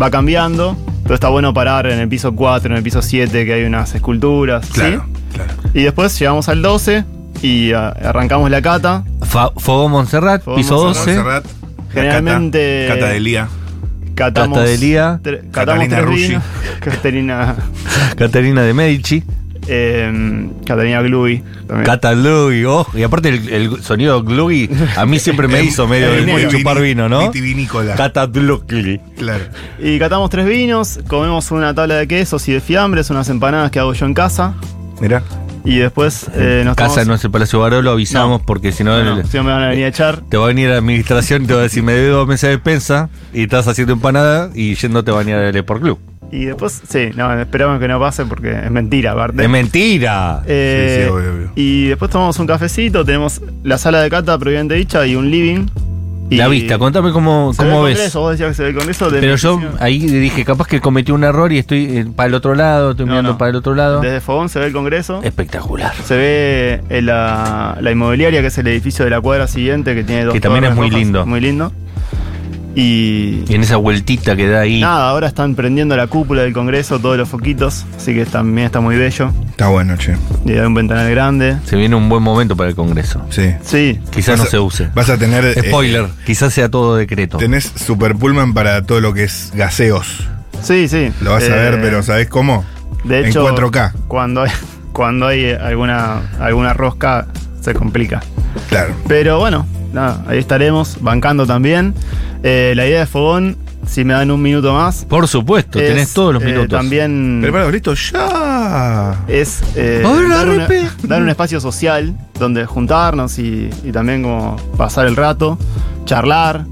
M: va cambiando. Entonces está bueno parar en el piso 4, en el piso 7, que hay unas esculturas.
L: Claro,
M: ¿sí? Y después llegamos al 12 y ah, arrancamos la cata.
J: Fa- Fogón Montserrat,
M: Fogón
J: piso
M: Montserrat.
J: 12.
M: Montserrat. Generalmente.
L: Cata de Lía.
M: Catamos,
J: Cata de Lía.
M: tre- catamos
J: Catalina
M: tres
J: Ruggi.
M: vinos. Caterina.
J: Caterina de Medici.
M: eh, Caterina Glubi. también.
J: Cata Glugi, oh, y aparte el, el sonido Glugi a mí siempre
L: Eh,
J: me hizo medio
M: El
J: el
M: negro.
J: chupar vino, ¿no?
L: Vitivinícola.
J: Cata Glugi.
L: Claro.
M: Y catamos tres vinos, comemos una tabla de quesos y de fiambres, unas empanadas que hago yo en casa.
L: Mirá.
M: Y después eh, nos
J: Casa no es el Palacio Baró, lo avisamos porque si no,
M: No, si no me van a venir a echar.
J: te va a venir la administración y te va a decir, me debo dos meses de pensa y estás haciendo empanada y yéndote a bañar al Sport Club.
M: Y después, sí, no, esperamos que no pase porque es mentira, aparte.
J: ¡Es mentira!
M: Eh, Y después tomamos un cafecito, tenemos la sala de cata previamente dicha y un living. Y
J: la vista, contame cómo,
M: ¿Se
J: cómo
M: ve el
J: ves.
M: Congreso? Vos decías que se ve el Congreso. de
J: Pero
M: mi
J: yo
M: oficina.
J: ahí dije, capaz que cometí un error y estoy eh, para el otro lado, estoy mirando para el otro lado.
M: Desde Fogón se ve el Congreso.
J: Espectacular.
M: Se ve eh, la, la inmobiliaria, que es el edificio de la cuadra siguiente, que tiene dos
J: Que también
M: torres
J: es muy
M: rojas,
J: lindo.
M: Muy lindo. Y,
J: en esa vueltita que da ahí.
M: Nada, ahora están prendiendo la cúpula del Congreso, todos los foquitos, así que también está muy bello.
L: Está bueno, che.
M: Y hay un ventanal grande.
J: Se viene un buen momento para el Congreso.
L: Sí.
M: Sí.
J: Quizás
L: Vas
J: no
L: a-
J: se use.
L: Vas a tener. eh,
J: Spoiler, quizás sea todo decreto.
L: tenés super pullman para todo lo que es gaseos.
M: Sí, sí.
L: Lo vas a
M: Eh,
L: ver, pero ¿sabés cómo?
M: De hecho,
L: en 4K.
M: Cuando hay, cuando hay eh, alguna, alguna rosca, se complica.
L: Claro.
M: Pero bueno, nada, ahí estaremos, bancando también. Eh, la idea de Fogón, si me dan un minuto más.
J: Por supuesto,
M: es,
J: tenés todos los
M: eh,
J: minutos.
M: también.
L: Preparados, listo, ya.
M: es eh,
L: A ver,
M: dar, una-
L: arrepe.
M: dar un espacio social donde juntarnos y, y también como pasar el rato, charlar.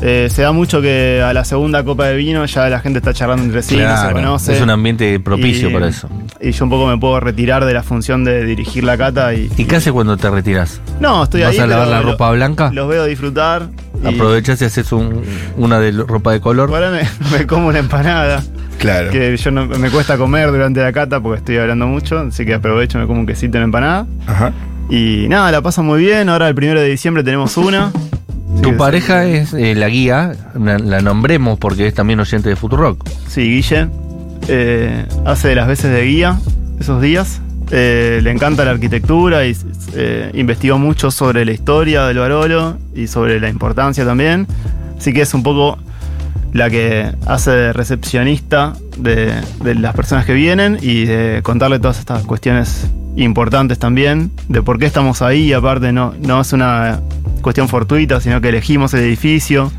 M: Eh, se da mucho que a la segunda copa de vino ya la gente está charlando entre sí, no se
J: Claro,
M: conoce.
J: es un ambiente propicio
M: Y-
J: para eso.
M: Y yo un poco me puedo retirar de la función de dirigir la cata y.
J: ¿Y qué haces cuando te retiras?
M: No, estoy
J: ¿Vas
M: ahí.
J: a lavar
M: pero
J: la
M: lo-
J: ropa blanca?
M: Los veo disfrutar. y
J: Aprovechás y haces un- una de lo- ropa de color.
M: Ahora me, me como una empanada.
L: Claro.
M: Que yo no, me cuesta comer durante la cata porque estoy hablando mucho, así que aprovecho, me como un quesito en empanada.
L: Ajá.
M: Y nada, la pasa muy bien. Ahora el primero de diciembre tenemos una.
J: Tu pareja es eh, la guía, la, la nombremos porque es también oyente de Futurock.
M: Sí, Guille. eh, hace de las veces de guía esos días. Eh, le encanta la arquitectura y eh, investigó mucho sobre la historia del Barolo y sobre la importancia también. Así que es un poco la que hace de recepcionista de, de las personas que vienen y de contarle todas estas cuestiones importantes también, de por qué estamos ahí y aparte no, no es una cuestión fortuita, sino que elegimos el edificio.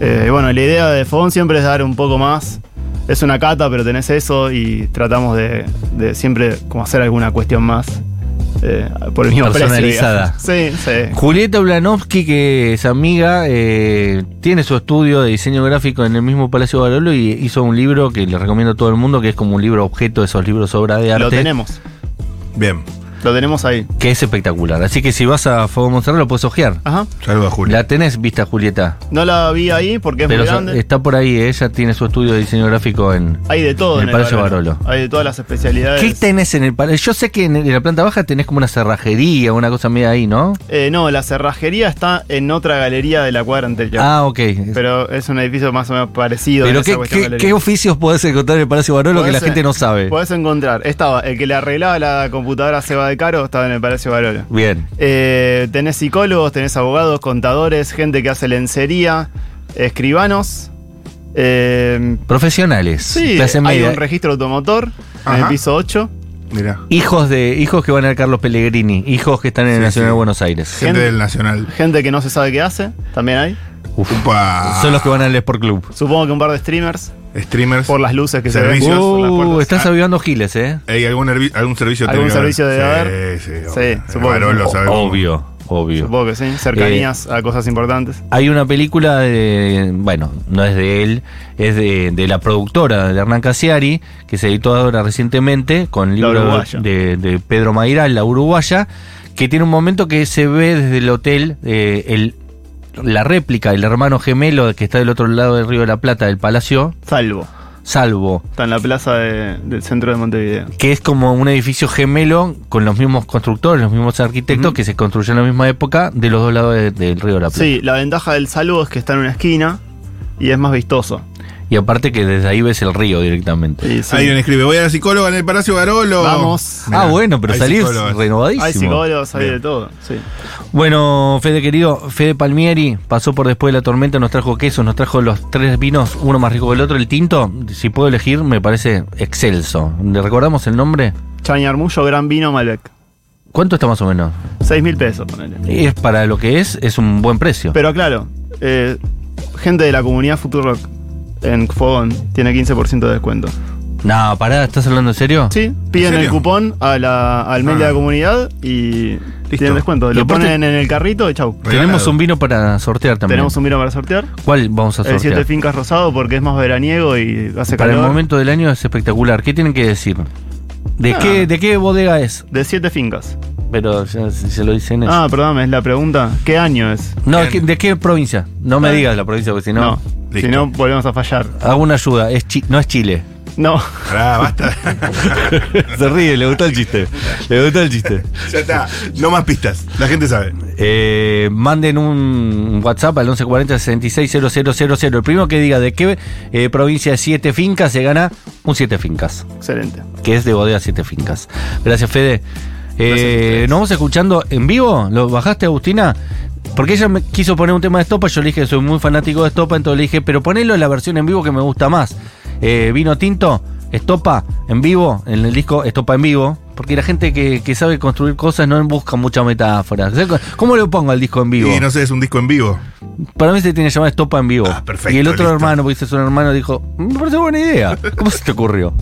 M: Eh, bueno, la idea de Fogón siempre es dar un poco más. Es una cata, pero tenés eso y tratamos de, de siempre como hacer alguna cuestión más eh, por el mismo precio,
J: Personalizada.
M: digamos. sí, sí.
J: Julieta Blanovsky, que es amiga, eh, tiene su estudio de diseño gráfico en el mismo Palacio Barolo y hizo un libro que le recomiendo a todo el mundo, que es como un libro objeto de esos libros obra de arte.
M: Lo tenemos,
L: Bien.
M: lo tenemos ahí.
J: Que es espectacular. Así que si vas a Fuego Montserrat lo puedes ojear.
M: Ajá.
L: Saludos a Julieta.
J: La tenés vista, Julieta.
M: No la vi ahí porque es
J: Pero
M: muy
J: so-
M: grande.
J: está por ahí, eh, ella tiene su estudio de diseño gráfico en.
M: Hay de todo
J: en
M: en
J: el Palacio Barolo.
M: Hay de todas las especialidades.
J: ¿Qué tenés en el palacio? Yo sé que en, en la planta baja tenés como una cerrajería, una cosa media ahí, ¿no?
M: Eh, no, la cerrajería está en otra galería de la cuadra anterior.
J: Ah, ok.
M: Pero es un edificio más o menos parecido.
J: Pero
M: en esa
J: ¿qué,
M: cuestión
J: qué-
M: galería.
J: qué oficios podés encontrar en el Palacio Barolo que
M: Podés
J: la
M: en-
J: gente no sabe?
M: Podés encontrar. Estaba el que le arreglaba la computadora a Seba de Caro, estaba en el Palacio Barolo.
J: Bien.
M: Eh, tenés psicólogos, tenés abogados, contadores, gente que hace lencería, escribanos. Eh,
J: Profesionales.
M: sí,
J: clase
M: hay
J: media.
M: un registro automotor en el
J: Ajá.
M: piso 8.
L: Mirá.
J: Hijos de hijos que van a Carlos Pellegrini, hijos que están en el
L: Sí,
J: Nacional
L: sí.
J: de Buenos Aires.
L: Gente del Nacional.
M: Gente que no se sabe qué hace, también hay.
L: Upa.
J: Son los que van al Sport Club.
M: Supongo que un par de streamers.
L: Streamers.
M: Por las luces que se ven.
L: Servicios.
M: Por las
J: Uh,
M: puertas. Ah,
J: estás avivando giles, ¿eh?
L: Ey, algún, hervi- algún servicio
M: ¿Algún
L: tiene que
M: servicio debe
L: haber. Sí, sí.
M: Sí,
L: obvio.
M: supongo.
L: Barolo,
M: O-
L: sabemos.
J: Obvio, obvio.
M: Supongo que sí. Cercanías a cosas importantes.
J: Hay una película de, bueno, no es de él, es de, de la productora de Hernán Casiari, que se editó ahora recientemente con el
M: La
J: libro
M: uruguaya.
J: de, de Pedro Mairal, la uruguaya, que tiene un momento que se ve desde el hotel eh, el, la réplica del hermano gemelo que está del otro lado del río de la Plata, del Palacio,
M: Salvo.
J: Salvo.
M: Está en la plaza de- del centro de Montevideo.
J: Que es como un edificio gemelo con los mismos constructores, los mismos arquitectos que se construyó en la misma época de los dos lados de- del río de la Plata.
M: Sí, la ventaja del Salvo es que está en una esquina y es más vistoso.
J: Y aparte que desde ahí ves el río directamente.
L: Alguien escribe, voy a la psicóloga en el Palacio Garolo.
M: Vamos.
J: Ah, bueno, pero
L: Hay
J: salís
L: psicólogos.
J: renovadísimo.
M: Hay psicólogos, hay de todo. Sí.
J: Bueno, Fede querido, Fede Palmieri pasó por después de la tormenta, nos trajo quesos, nos trajo los tres vinos, uno más rico que el otro, el tinto, si puedo elegir, me parece excelso. ¿Le recordamos el nombre?
M: Chañarmullo, Gran Vino, Malbec.
J: ¿Cuánto está más o menos?
M: 6 mil pesos, ponele.
J: Es para lo que es, es un buen precio.
M: Pero claro, eh, gente de la comunidad Futurock en Fogón tiene 15% de descuento.
J: No, pará, ¿estás hablando en serio?
M: Sí, Piden el
J: serio? Ah.
M: cupón a la, al mail de la comunidad y tienen descuento.
J: Y
M: Lo
J: aparte-
M: ponen en el carrito y chau.
J: Tenemos un vino para sortear también.
M: Tenemos un vino para sortear.
J: ¿Cuál vamos a
M: El 7
J: sortear?
M: Fincas Rosado porque es más veraniego y hace
J: Para el
M: calor.
J: momento del año es espectacular. ¿Qué tienen que decir? ¿De,
M: Ah.
J: qué, ¿de qué bodega es?
M: De 7 fincas.
J: Pero ya se se lo dicen eso.
M: Ah, perdón, es la pregunta. ¿Qué año es?
J: no, es que- ¿de qué provincia? No me digas la provincia porque si no...
M: No, si no volvemos a fallar.
J: Hago una ayuda, es chi- no es Chile.
M: No.
L: basta.
J: Se ríe, le gustó el chiste. Le gustó el chiste.
L: Ya está. No más pistas. La gente sabe.
J: Eh, manden un WhatsApp al 1140 660000. El primero que diga de qué eh, provincia de 7 fincas se gana un 7 fincas,
M: Excelente.
J: que es de bodega 7 fincas. Gracias, Fede. Eh, Nos vamos escuchando en vivo. ¿Lo bajaste, Agustina? Porque ella me quiso poner un tema de Estopa. Yo le dije, soy muy fanático de Estopa. Entonces le dije, pero ponelo en la versión en vivo que me gusta más. Eh, vino tinto, Estopa en vivo, en el disco Estopa en vivo. Porque la gente que, que sabe construir cosas no busca mucha metáfora. O sea, ¿Cómo le pongo al disco en vivo?
L: Y no sé, es un disco en vivo.
J: Para mí se tiene que llamar Estopa en vivo.
L: perfecto,
J: y el otro
L: listo.
J: "Mm, hermano, porque ese es un hermano, dijo, me parece buena idea. ¿Cómo se te ocurrió?